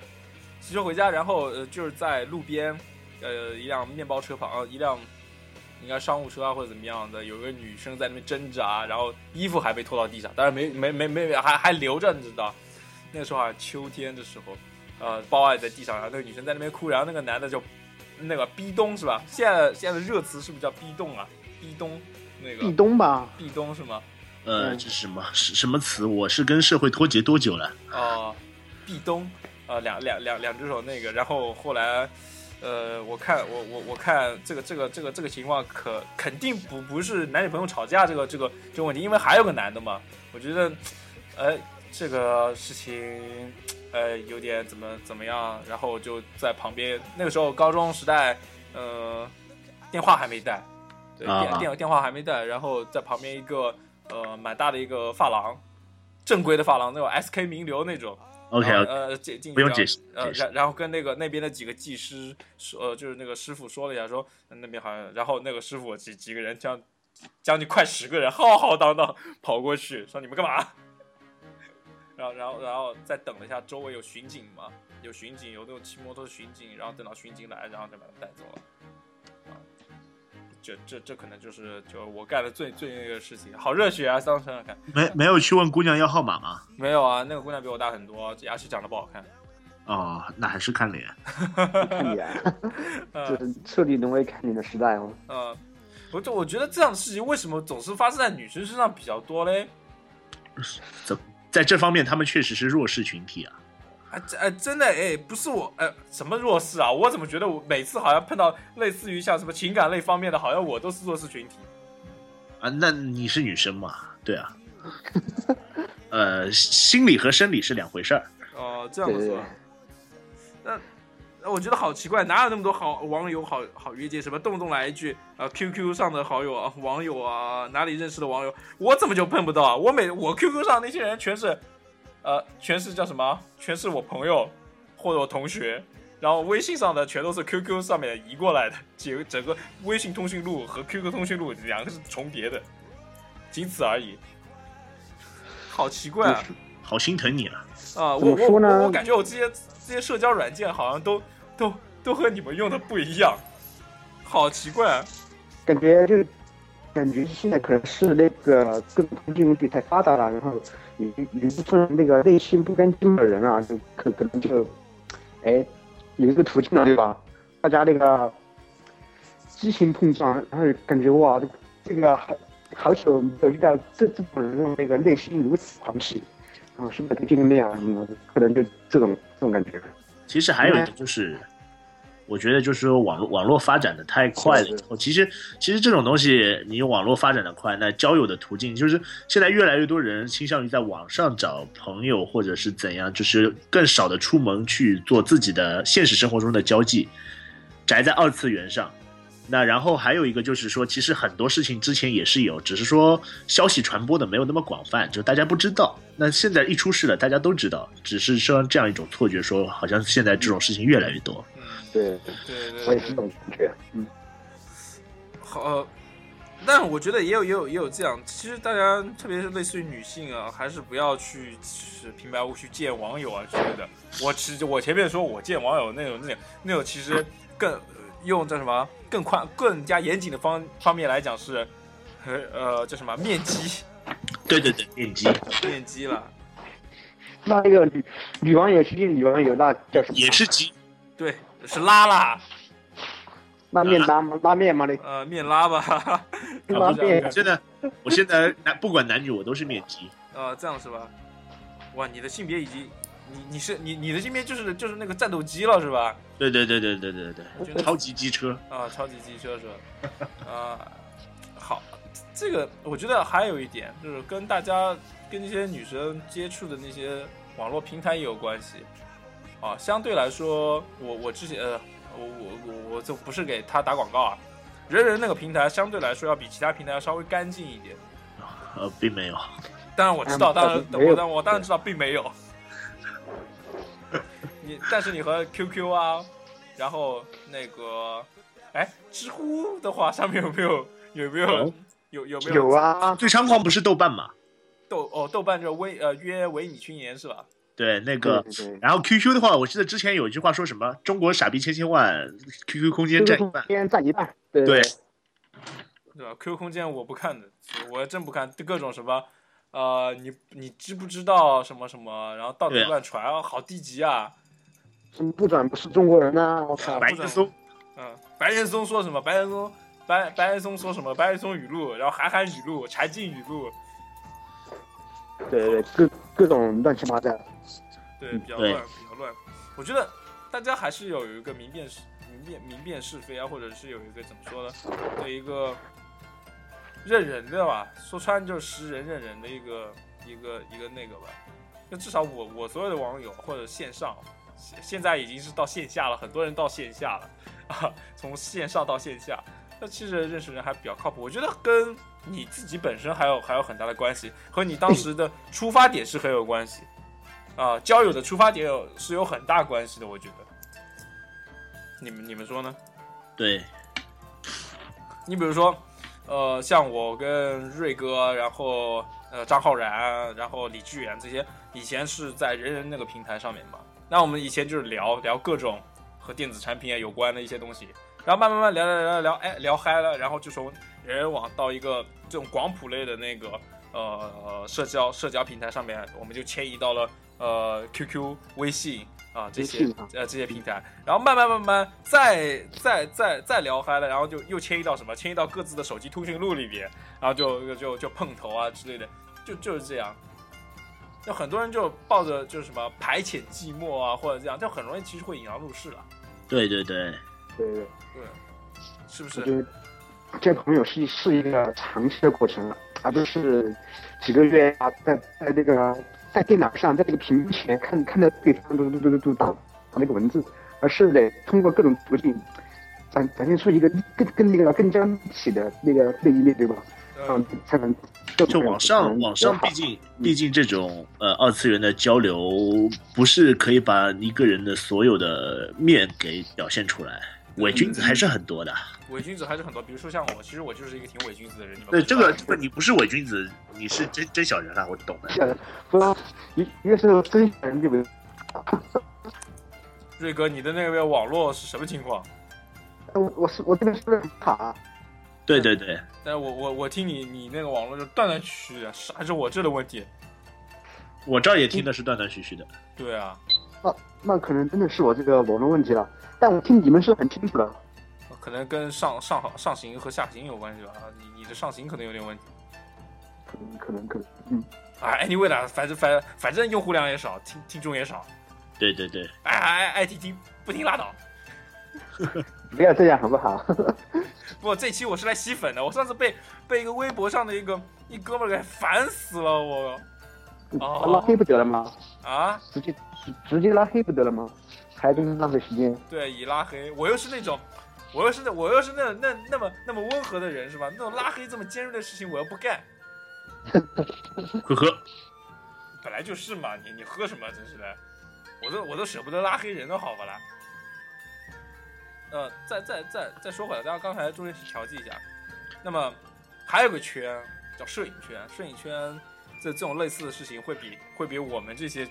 骑车回家，然后呃就是在路边，呃一辆面包车旁，呃一辆应该商务车啊或者怎么样的，有一个女生在那边挣扎，然后衣服还被拖到地上，当然没没没没还还留着，你知道，那时候还秋天的时候，呃包爱在地上，然后那个女生在那边哭，然后那个男的就那个壁咚是吧？现在现在的热词是不是叫壁咚啊？壁咚那个
壁咚吧，
壁咚是
[laughs]
吗？
呃，
嗯
这是什么是什么词？我是跟社会脱节多久了？
啊，壁咚，啊，两两两两只手那个，然后后来，呃，我看我我我看这个这个这个这个情况可肯定不不是男女朋友吵架这个这个这个问题，因为还有个男的嘛，我觉得，呃，这个事情，呃，有点怎么怎么样，然后就在旁边，那个时候高中时代，呃，电话还没带，对，电
啊
电电话还没带，然后在旁边一个呃蛮大的一个发廊，正规的发廊，那种 SK 名流那种。
OK，
然后呃，进进去
不用
然后
解释
呃，
解释
然然后跟那个那边的几个技师说，呃，就是那个师傅说了一下，说嗯那边好像，然后那个师傅几几个人将将近快十个人浩浩荡荡跑过去，说你们干嘛？ [laughs] 然后然后然后再等了一下，周围有巡警嘛，有巡警，有那种骑摩托的巡警，然后等到巡警来，然后再把他带走了。啊，这这这可能就是就我干的最最那个事情，好热血啊！当时想想看，
没没有去问姑娘要号码吗？
没有啊，那个姑娘比我大很多，牙齿长得不好看。
哦，那还是看脸。
看脸，
呃
这是彻底沦为看脸的时代哦。
嗯，不就我觉得这样的事情为什么总是发生在女生身上比较多嘞？
在这方面，他们确实是弱势群体啊。
啊，这哎真的哎，不是我呃什么弱势啊？我怎么觉得我每次好像碰到类似于像什么情感类方面的，好像我都是弱势群体。
啊，那你是女生嘛？对啊。呃，心理和生理是两回事儿。
哦、这样
对
子
对
是
对
吧。，那那我觉得好奇怪，哪有那么多好网友好好约见？什么动不动来一句啊、QQ 上的好友啊、网友啊，哪里认识的网友，我怎么就碰不到啊？我每我 QQ 上那些人全是，呃，全是叫什么？全是我朋友或者我同学，然后微信上的全都是 QQ 上面移过来的，整整个微信通讯录和 QQ 通讯录两个是重叠的，仅此而已。好奇怪啊！
好心疼你啊！
啊，
怎
我
么
我
说呢
我我感觉我这些这些社交软件好像都都都和你们用的不一样，好奇怪啊。
感觉这个感觉现在可能是那个各种通信工具太发达了，然后有有一部分那个内心不干净的人啊，就可可能就，哎，有一个途径了，对吧？大家那个激情碰撞，然后感觉哇，这个好好久没有遇到这这种人，那个内心如此狂喜，然后是不是跟那样什么的，可能就这种这种感觉。
其实还有一个就是，我觉得就是说网络网络发展的太快了以后，其实其实这种东西，你网络发展的快，那交友的途径就是现在越来越多人倾向于在网上找朋友，或者是怎样，就是更少的出门去做自己的现实生活中的交际，宅在二次元上。那然后还有一个就是说，其实很多事情之前也是有，只是说消息传播的没有那么广泛，就大家不知道。那现在一出事了，大家都知道，只是说这样一种错觉说，好像现在这种事情越来越多。
嗯，
对，
对对
我
对
也是这种感觉。嗯，
好，呃但我觉得也有也有也有这样，其实大家特别是类似于女性啊，还是不要去是平白无故去见网友啊之类的。我其实我前面说我见网友那种那种那种，其实更呃用叫什么更宽更加严谨的方方面来讲是，呃呃叫什么面基
对对对，面基
面基了，
那那个女女网友去见女网友，那叫什么？
也是基，
对，是拉拉
拉面拉
啊
吗？拉面吗？那
呃面拉吧， [laughs]
拉面
我现在我现在男不管男女，我都是面基。
呃这样是吧？哇，你的性别已经。你你是你你的性别就是就是那个战斗机了是吧？
对对对对对对对对，超级机车。
啊，超级机车是吧？啊，好，这个我觉得还有一点就是跟大家跟这些女生接触的那些网络平台也有关系。啊，相对来说，我我之前呃，我我我我就不是给他打广告啊，人人那个平台相对来说要比其他平台要稍微干净一点。
呃，并没有，
当然我知道，
嗯
当然
没有
我当我当然知道并没有。 [laughs] 你但是你和 QQ 啊，然后那个，哎，知乎的话上面有没有有没有
有
有有没
有啊，
最猖狂不是豆瓣嘛？
豆哦豆瓣这微呃约维你群言是吧？
对，那
对
个
对对。
然后 QQ 的话，我记得之前有一句话说什么“中国傻逼千千万，QQ 空间占一半
先占一半，”。对
对，
对吧？QQ 空间我不看的，我真不看各种什么，呃，你你知不知道什么什么，然后到处
对啊
乱传啊，好低级啊！
不转不是中国人呐、我靠！
白岩松
嗯，白岩松说什么？白岩松白白岩松说什么？白岩松语录，然后韩寒语录、柴静语录，
对对对，各各种乱七八糟。
对，
嗯
比较
对
乱，比较乱。我觉得大家还是有一个明辨是明辨明辨是非啊，或者是有一个怎么说呢？对一个认人的吧，说穿就是识人认人的一个一个一个那个吧。那至少我我所有的网友或者线上，现现在已经是到线下了，很多人到线下了 [laughs] 啊，从线上到线下。那其实认识人还比较靠谱，我觉得跟你自己本身还有还有很大的关系，和你当时的出发点是很有关系。啊、交友的出发点有是有很大关系的，我觉得。你们你们说呢？
对，
你比如说，呃，像我跟瑞哥，然后呃张浩然，然后李志远这些，以前是在人人那个平台上面嘛。那我们以前就是聊聊各种和电子产品啊有关的一些东西，然后慢慢慢聊聊聊聊，哎，聊嗨了，然后就从人人网到一个这种广谱类的那个呃呃社交社交平台上面，我们就迁移到了呃 QQ、微信啊、这些
微信啊
呃这些平台，然后慢慢慢慢再再再再聊嗨了，然后就又迁移到什么？迁移到各自的手机通讯录里边，然后就就就就碰头啊之类的，就就是这样。那很多人就抱着就是什么排遣寂寞啊，或者这样，就很容易其实会引狼入室了，
对对对，
对对，
对，是不
我
是？
觉得交朋友是是一个长期的过程，啊而不是几个月啊，在在那个在电脑上，在这个屏幕前看看着对方嘟嘟嘟嘟嘟打打那个文字，而是得通过各种途径展展现出一个更更那个更加立体的那个那一面，对吧？
嗯
嗯，才能更
就网上网上毕竟毕竟这种呃二次元的交流，不是可以把一个人的所有的面给表现出来，伪君子还是很多的。
伪君子还是很多，比如说像我，其实我就是一个挺伪君子的人。你们
对，
不知
这
道
个这个你不是伪君子，你是真真小人啊，我懂的。
像不然一一个是真人对不对？
瑞哥，你的那个网络是什么情况？
我我是我这边是不是很卡啊？
对对对，
但是我我我听你你那个网络就断断续续的，是还是我这的问题？
我这儿也听的是断断续续的。
对啊，
那可能真的是我这个网络问题了。但我听你们是很清楚的，
可能跟上上上行和下行有关系吧。啊你你的上行可能有点问题。
可能可能可嗯能，
啊，anyway 啦，反正反反正用户量也少，听听众也少，
对对对，
哎哎哎爱听听不听拉倒。
不要这样好不好？
不，这期我是来吸粉的。我上次被被一个微博上的一个一哥们儿给烦死了，我
哦
[laughs] 拉黑不得了吗？
啊，
直接直直接拉黑不得了吗？还真是浪费时间。
对，已拉黑，我又是那种，我又是那我又是那那那么那么温和的人是吧？那种拉黑这么尖锐的事情我又不干，
呵呵，
本来就是嘛，你你喝什么？真是的，我都我都舍不得拉黑人了，好吧啦。呃，再再再再说回来，大家刚才中间是调剂一下。那么还有个圈叫摄影圈，摄影圈这这种类似的事情会比会比我们这些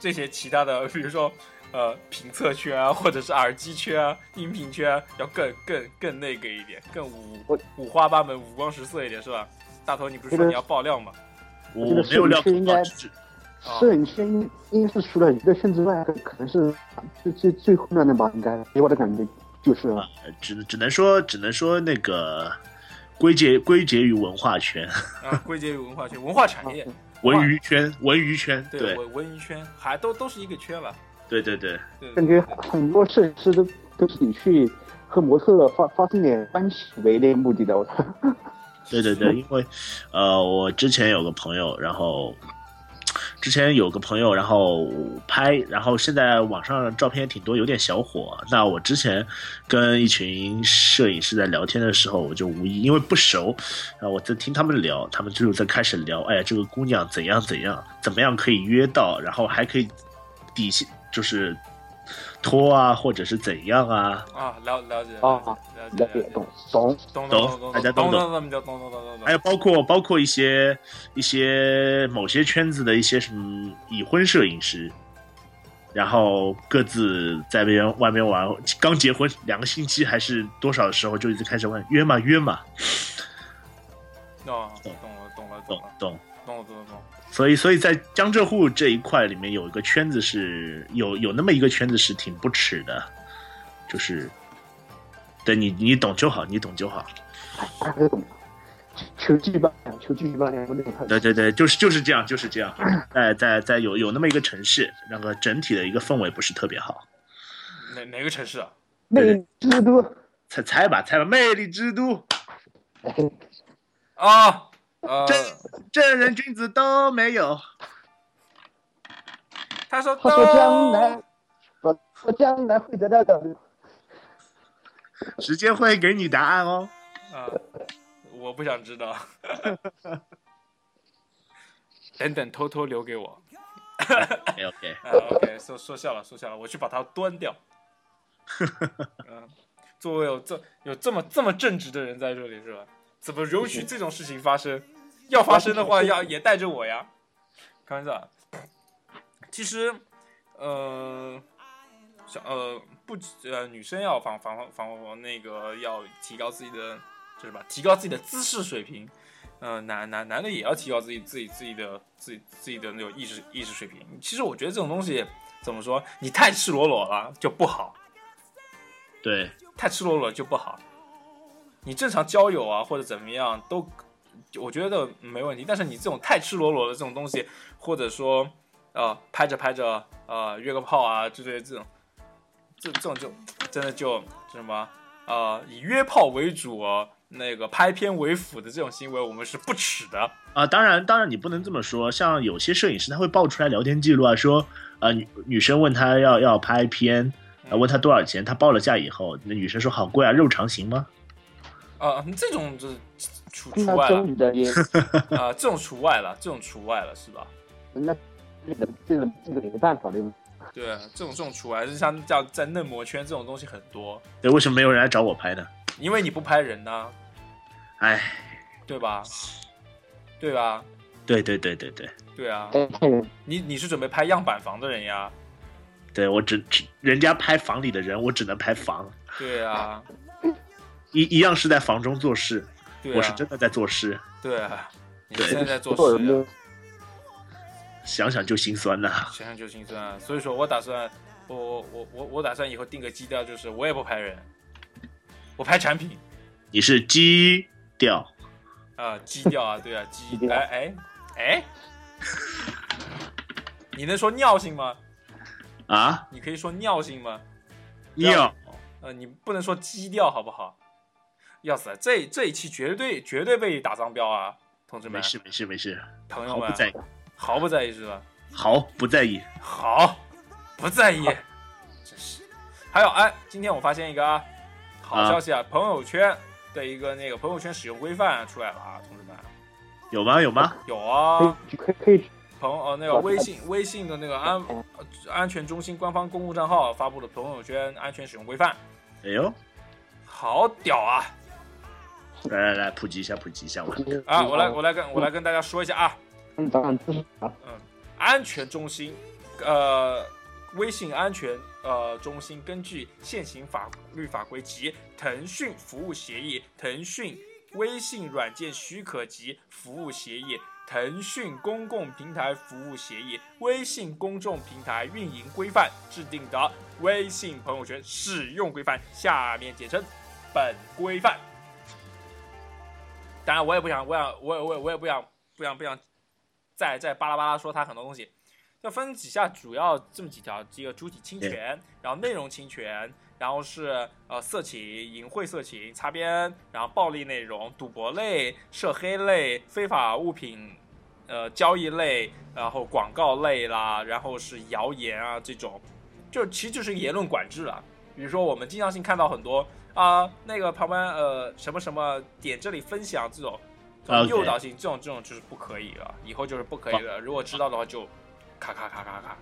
这些其他的，比如说呃评测圈啊，或者是耳机圈啊、音频圈啊要更更更那个一点，更五
我
五花八门、五光十色一点，是吧？大头，你不是
这
说
个
你要爆料吗？
我
这个
我没有料
是不是应该
到这哦
啊
摄影圈应应该是除了娱乐圈之外，可可能是最最最混乱的吧，应该给我的感觉就是啊了。
呃只只能说只能说那个归结归结于文化圈、
啊，归结于文化圈、文化产业，
文娱圈、文娱圈，对
文文娱圈，还都都是一个圈了。
对对对，
对，
感觉很多摄影师都都是以去和模特发发生点关系为那个目的的。我操，
对对对，因为呃，我之前有个朋友，然后之前有个朋友，然后拍，然后现在网上照片挺多，有点小火。那我之前跟一群摄影师在聊天的时候，我就无意因为不熟，然后我在听他们聊，他们就在开始聊，哎呀，这个姑娘怎样怎样，怎么样可以约到，然后还可以底线就是拖啊，或者是怎样啊，
啊，了了解
啊
了解
了
了
解
解，
懂懂。
懂
懂
懂懂，
大家
懂
懂哎
懂懂懂懂懂懂
还有包括包括一些一些某些圈子的一些什么已婚摄影师，然后各自在别人外面玩，刚结婚两个星期还是多少的时候就已经开始问约嘛约嘛，
哦，懂了懂了懂
懂
了
懂。
懂了懂了懂了，
所以，所以在江浙沪这一块里面，有一个圈子是有有那么一个圈子是挺不耻的，就是，对你你懂就好，你懂就好。
大家懂。求剧吧，求剧吧，我那个
对对对，就是就是这样，就是这样。在在在有有那么一个城市，那个整体的一个氛围不是特别好。
哪哪个城市啊？
魅之都，
猜猜吧，猜吧，魅力之都，
啊，呃，
真正人君子都没有。
他说
他说将来，我说将来会得到的。
时间会给你答案哦。
啊，我不想知道，等等偷偷留给我。 [laughs]
OK OK，
啊，OK，说说笑了，说笑了，我去把它端掉。嗯，作为有这有这么这么正直的人在这里是吧？怎么容许这种事情发生？要发生的话，要也带着我呀。开玩笑啊，其实，呃，想呃不止呃女生要防防防防那个要提高自己的，就是什么提高自己的姿势水平。呃，男男男的也要提高自己自己自己的自己自己的那种意识意识水平。其实我觉得这种东西怎么说，你太赤裸裸了就不好，
对，
太赤裸裸就不好。你正常交友啊或者怎么样都，我觉得没问题。但是你这种太赤裸裸的这种东西，或者说呃拍着拍着呃约个炮啊之类的这种，这这种就真的就就什么呃以约炮为主、哦，那个拍片为辅的这种行为，我们是不耻的。
啊、当然，当然你不能这么说。像有些摄影师他会爆出来聊天记录啊，说，呃，女女生问他要要拍片，呃问他多少钱，他报了价以后，那女生说好贵啊，肉偿行吗？
啊，这种就是除除
听到
外了 [laughs]
周宇的也，
啊，这种除外了，这种除外了是吧？
那这个这个这个也没办法的。
对，这种这种除外，就像叫在嫩模圈这种东西很多，
对，为什么没有人来找我拍呢？
因为你不拍人呐、
哎，
对吧？对吧？
对对对对对
对啊，
哎，
你你是准备拍样板房的人呀？
对，我只只人家拍房 [laughs] 里的人，我只能拍房，
对啊，
一一样是在房中做事。
对
我是
啊，
真的在做事，
对啊，你
对
现在在做
做
实
人
验
的，
想想就心酸呐、
想想就心酸啊。所以说我打算，我我我我我打算以后定个基调，就是我也不拍人，我拍产品
你是基调，
啊，基调
[laughs]
啊，对啊，基
基调
哎哎哎，你能说尿性吗？
啊，
你可以说尿性吗？
尿
呃，你不能说基调好不好？要死了，啊这这一期绝对绝对被打脏标啊，同志们
没、事没事没事，
朋友
毫
们
不，在意，
毫不在意是吧？
毫不在意。
好，不在意，真是。还有，哎，今天我发现一个啊，好消息啊，朋友圈的一个那个朋友圈使用规范出来了啊，同志们，
有吗？有吗？
有啊，
可以可以可以
朋友呃那个微信微信的那个安呃安全中心官方公共账号发布了朋友圈安全使用规范，
哎呦，
好屌啊！
来来来，普及一下，普及一下我。
啊，
嗯
我来
哦
我来跟我来跟大家说一下啊，
当然这是啊，
安全中心，呃，微信安全呃中心根据现行法律法规及腾讯服务协议、腾讯微信软件许可及服务协议、腾讯公共平台服务协议、微信公众平台运营规范制定的微信朋友圈使用规范，下面简称本规范。当然，我也不想，我想，我也我也我也不想，不想不想再再巴拉巴拉说它很多东西。要分几下，主要这么几条：这个主体侵权，然后内容侵权，然后是呃色情、淫秽色情、擦边，然后暴力内容、赌博类、涉黑类、非法物品呃交易类，然后广告类啦，然后是谣言啊这种，就其实就是言论管制了。比如说我们经常性看到很多啊、那个旁边呃什么什么点这里分享这种。这种
OK
诱导性这种这种就是不可以了，以后就是不可以了。如果知道的话，就咔咔咔咔咔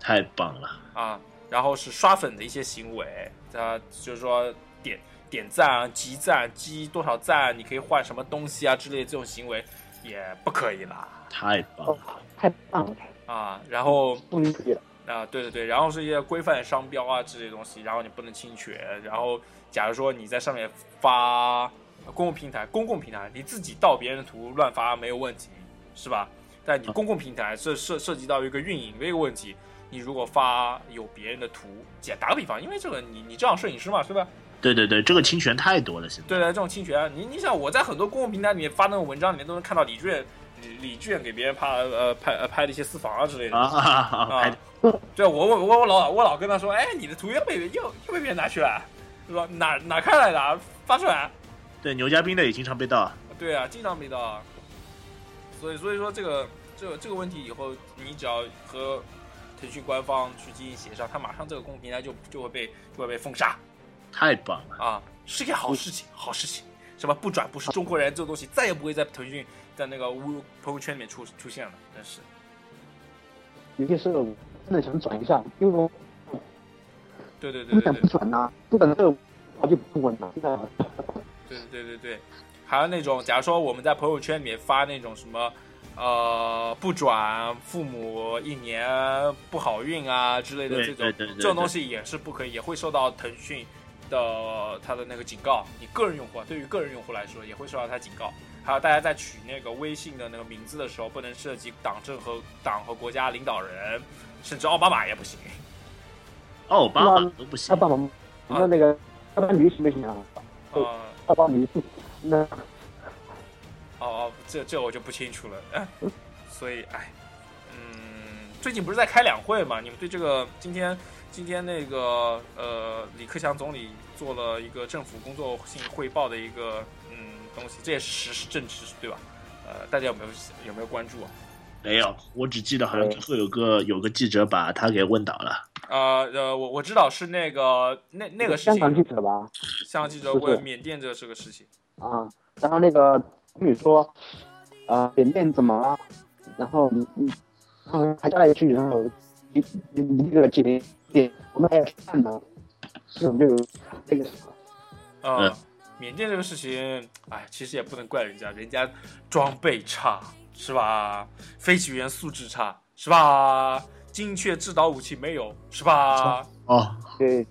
太棒了，
啊，然后是刷粉的一些行为，啊，就是说点点赞啊、集赞、积多少赞，你可以换什么东西啊之类的这种行为也不可以啦
太棒了，
太棒了，
啊。然后
不能比了，
啊，对对对，然后是一些规范商标啊之类的东西，然后你不能侵权。然后假如说你在上面发公共平台，公共平台你自己盗别人的图乱发没有问题，是吧？但你公共平台涉涉涉及到一个运营的一个问题，你如果发有别人的图，简打个比方，因为这个你你正好摄影师嘛，是吧？
对对对，这个侵权太多了，现在。
对的，这种侵权，你你想我在很多公共平台里面发那种文章里面都能看到李俊李李俊给别人拍呃拍呃拍的一些私房啊之类的
啊啊啊啊！
啊
还，
对我我我我老我老跟他说，哎，你的图又被又又被别人拿去了，是吧？哪哪看来的啊？发出来？
对牛家兵的也经常被盗，
对啊，经常被盗啊。所以所以说这个这个这个问题以后，你只要和腾讯官方去进行协商，他马上这个公共平台就就会被就会被封杀
太棒了，
啊，是件好事情，好事情。什么不转不是中国人这种东西再也不会在腾讯在那个微朋友圈里面出出现了，真是。
有些时候我真的想转一下，因为我
对对对
不
对
想
对
不。转呐、不转这个我就不稳了，现在
对对对对对，还有那种，假如说我们在朋友圈里面发那种什么，呃，不转父母一年不好运啊之类的
对
这种，
对对对对
这种东西也是不可以，也会受到腾讯的它的那个警告。你个人用户啊，对于个人用户来说，也会受到它警告。还有大家在取那个微信的那个名字的时候，不能涉及党政和党和国家领导人，甚至奥巴马也不行。
奥巴马哦都不行
他，爸爸妈妈
啊
那那个他爸爸女行不行啊？
哦
呃，
对他爸爸女那
哦哦，这这我就不清楚了。哎所以，哎，嗯，最近不是在开两会嘛？你们对这个今天今天那个呃，李克强总理做了一个政府工作性汇报的一个嗯东西，这也是实时政治对吧？呃，大家有没有有没有关注啊？
没有，我只记得好像最后有个有个记者把他给问倒了，
呃呃，我我知道是那个那那个事
香
情，
港记者吧？
香港记者
是
问缅甸这这个事情，
啊，然后那个女说，呃，缅甸怎么了？然后你你，然后还加了一句，然后你你你这个几零点，我们还要去看呢，这种就有那个什么，
呃，
嗯
缅甸这个事情，哎，其实也不能怪人家，人家装备差是吧？飞行员素质差是吧？精确制导武器没有是吧？
哦，
对，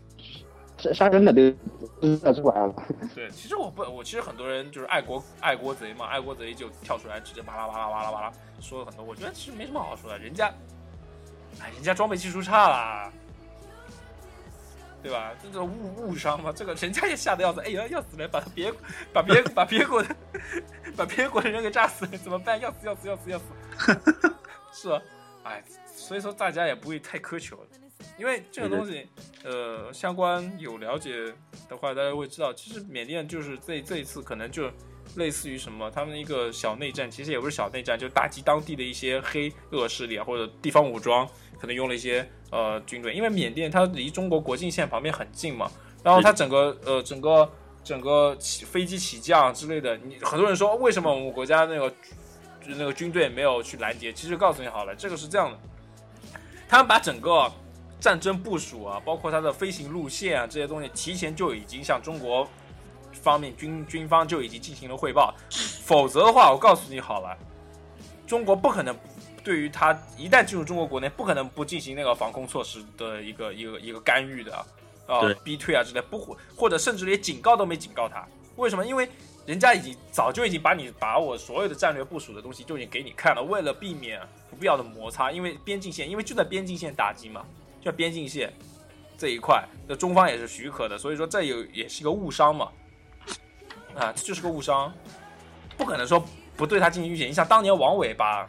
杀杀人的对，知道这玩意儿了。
对，其实我不，我其实很多人就是爱国爱国贼嘛，爱国贼就跳出来直接巴拉巴拉巴拉巴拉说了很多，我觉得其实没什么好说的，人家，哎，人家装备技术差啦，对吧？这种误误伤嘛，这个人家也吓得要死，哎呀要死了，把别把别把别国的 [laughs] 把别国的人给炸死了，怎么办？要死要死要死要死， [laughs] 是吧？哎，所以说大家也不会太苛求了，因为这个东西，呃，相关有了解的话，大家会知道，其实缅甸就是这这一次可能就类似于什么，他们一个小内战，其实也不是小内战，就打击当地的一些黑恶势力啊，或者地方武装，可能用了一些呃军队，因为缅甸它离中国国境线旁边很近嘛，然后它整个呃整个整个起飞机起降之类的，你很多人说为什么我们国家那个就是那个军队没有去拦截。其实告诉你好了，这个是这样的，他们把整个战争部署啊，包括它的飞行路线啊这些东西，提前就已经向中国方面军军方就已经进行了汇报。否则的话，我告诉你好了，中国不可能对于他一旦进入中国国内，不可能不进行那个防控措施的一个一个一个干预的啊、呃，
对
逼退啊之类，不或或者甚至连警告都没警告他。为什么？因为人家已经早就已经把你把我所有的战略部署的东西就已经给你看了，为了避免不必要的摩擦，因为边境线，因为就在边境线打击嘛，就在边境线这一块，那中方也是许可的，所以说这有也是一个误伤嘛，啊，这就是个误伤，不可能说不对他进行预警。你像当年王伟把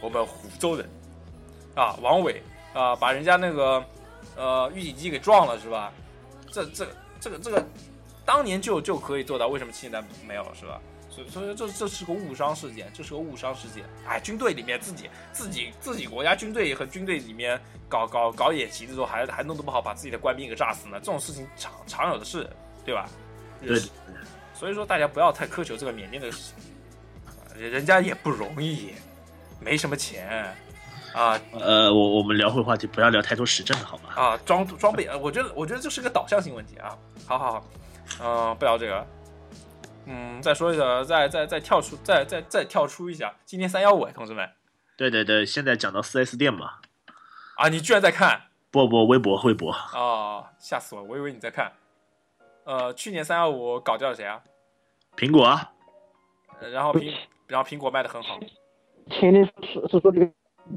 我们湖州人啊，王伟啊、把人家那个呃预警机给撞了是吧？这这这个这个当年就就可以做到，为什么现在没有是吧？所以所以这这是个误伤事件，这是个误伤事件。哎，军队里面自己自己自己国家军队和军队里面搞搞搞演习的时候还还弄得不好，把自己的官兵给炸死呢，这种事情常常有的是，对吧？
对，
所以说大家不要太苛求这个缅甸的事情，啊人人家也不容易，没什么钱啊
呃，我我们聊回话题，不要聊太多时政了，好吗？
啊装装备，呃我觉得我觉得这是个导向性问题啊。好好好，嗯、不聊这个了，嗯，再说一下，再再再跳出，再再再跳出一下，今天三幺五哎，同志们
对对对，现在讲到四 S 店嘛，
啊，你居然在看，
不不，微博微博，
哦，吓死我！我以为你在看。呃，去年三幺五搞掉了谁啊？
苹果啊，
呃然后苹，然后苹果卖的很好。
前年是是说这个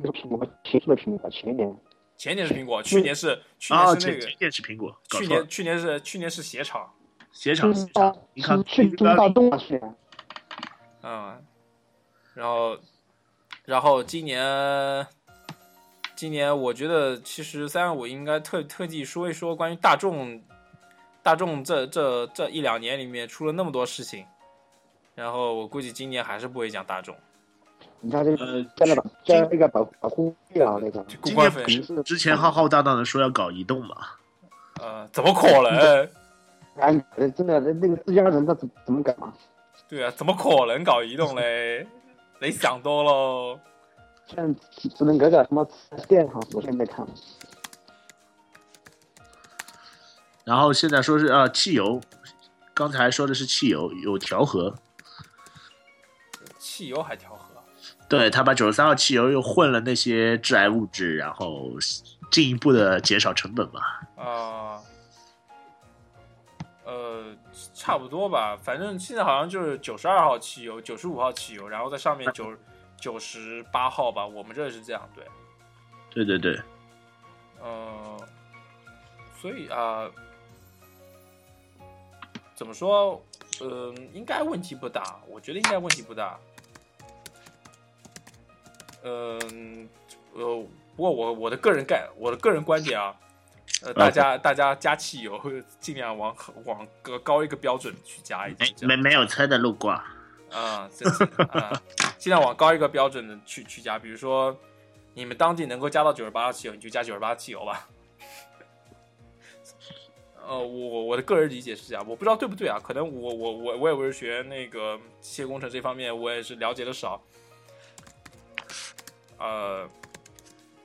这个苹果前出的苹果，前年
前年是苹果，去年是去
啊，
年是
前
那个，
前年是苹果，搞
去
错了
年，去年是去年是鞋厂。
鞋厂鞋厂，你看，
嗯哦去中大东啊是啊，
嗯，然后，然后今年，今年我觉得其实三幺五应该特特地说一说关于大众，大众这这这一两年里面出了那么多事情，然后我估计今年还是不会讲大众。
你看这
呃
个加了吧，加了那个保保护费啊那个，
公
今
关
年
费
不是之前浩浩荡荡的说要搞移动嘛，
呃，怎么可能？ [laughs]
哎，真的那个自家人他怎怎么敢嘛？
对啊，怎么可能搞移动嘞？ [laughs] 你想多喽。
现在只只能搞搞什么电厂，我现在看了，
然后现在说是啊汽油，刚才说的是汽油有调和，
汽油还调和，
对他把九十三号汽油又混了那些致癌物质，然后进一步的减少成本嘛。
啊、呃，差不多吧。反正现在好像就是九十二号汽油、九十五号汽油，然后在上面九九十八号吧。我们这是这样，对，
对对对，
呃，所以啊、怎么说？嗯、应该问题不大，我觉得应该问题不大。嗯、呃，不过我我的个人概我的个人观点啊，呃，大家大家加汽油尽量往往个高一个标准去加一点，这
没
样
没有车的路过， [laughs]
啊，这这啊，尽量往高一个标准的去去加，比如说你们当地能够加到九十八汽油，你就加九十八汽油吧。呃，我我我的个人理解是这样，我不知道对不对啊，可能我我我我也不是学那个机械工程这方面，我也是了解的少。呃，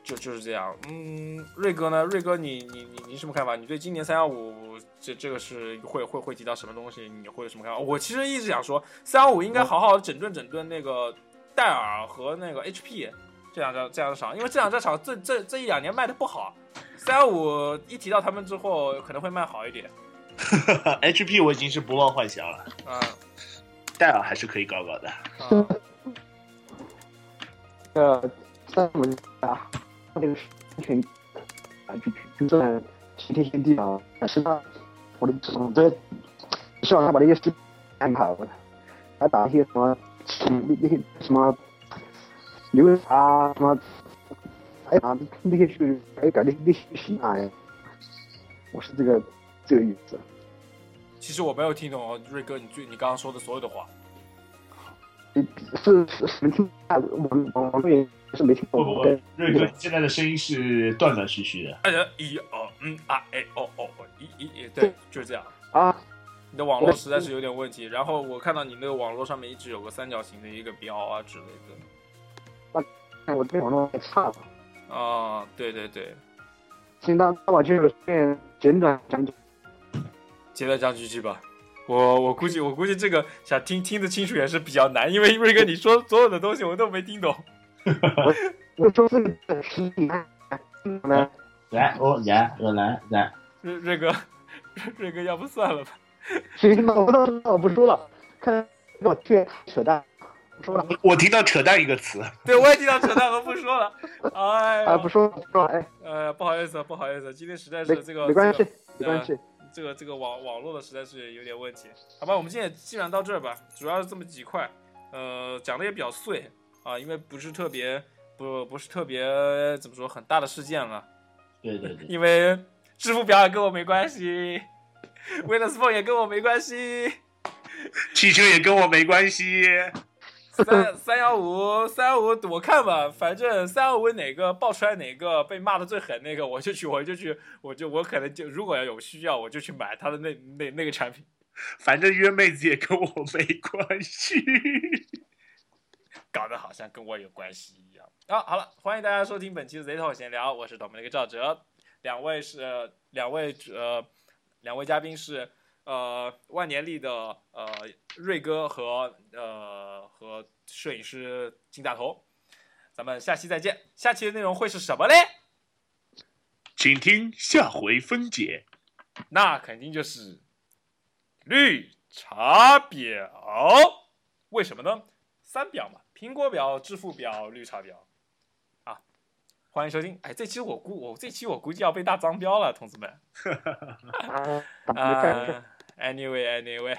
就就是这样。嗯，瑞哥呢？瑞哥你，你你你什么看法？你对今年三幺五这这个是会会会提到什么东西？你会有什么看法？哦我其实一直想说，三幺五应该好好整顿整顿那个戴尔和那个 HP 这两家这两家厂，因为这两家厂这这这一两年卖的不好。三幺五一提到他们之后，可能会卖好一点。
HP 我已经是不忘幻想了，
啊
戴尔还是可以搞搞的。
啊，
呃，三文啊，那个全啊，就就就在齐天天地啊，但是呢，我的总在希望他把那些事安排了，还打一些什么嗯那些什么牛啊什么，哎呀那些去哎搞那那些戏啊，哎我是这个这个意思。
其实我没有听懂哦瑞哥你最你刚刚说的所有的话。
是是是没听啊，网网网络也是没听
不
懂。
不
嗯对
不，瑞哥现在的声音是断断续续的。
哎呀，一哦嗯啊哎哦哦哦一一一对，就是这样。
啊，
你的网络实在
嗯
是有点问题，然后我看到你那个网络上面一直有个三角形的一个标啊之类的。
我这边网络太差了。
啊，对对对，
行，那那我就有点简短讲讲。
接着讲几句吧。我我估计我估计这个想听听得清楚也是比较难，因为瑞哥你说所有的东西我都没听懂。
我说这个是你看，哎呢，
来，我来，我来，来。
瑞瑞哥，瑞瑞哥，要不算了吧？
行，那我到那我不说了，看我去扯淡，不说了，
我听到扯淡一个词，
对，我也听到扯淡和不说了。哎呦，
啊，不说了，不说了，哎，
呃，不好意思，不好意思，今天实在
没
是这个
没关
这
系
个，呃
没关系，
这个这个网网络的实在是有点问题。好吧，我们今天也基本上到这儿吧，主要是这么几块，呃，讲的也比较碎啊，因为不是特别不不是特别怎么说很大的事件了，
对对对，
因为支付表也跟我没关系，Windows Phone 也跟我没关系，
汽车也跟我没关系。
三三幺五三幺五我看吧，反正三幺五哪个爆出来哪个被骂的最狠那个，我就去我就去我就我可能就如果要有需要我就去买他的那那那个产品。
反正约妹子也跟我没关系。
[laughs] 搞得好像跟我有关系一样。啊，好了，欢迎大家收听本期的贼头闲聊，我是倒霉的一个赵哲，两位是、呃两位呃两位嘉宾是呃万年历的呃瑞哥和呃和摄影师金大头，咱们下期再见。下期的内容会是什么嘞？
请听下回分解。
那肯定就是绿茶婊。为什么呢？三表嘛，苹果表、支付表、绿茶婊。啊，欢迎收听。哎，这期我估我这期我估计要被大脏标了，同志们。呃
啊，打没干事。
啊、a n y w a y anyway，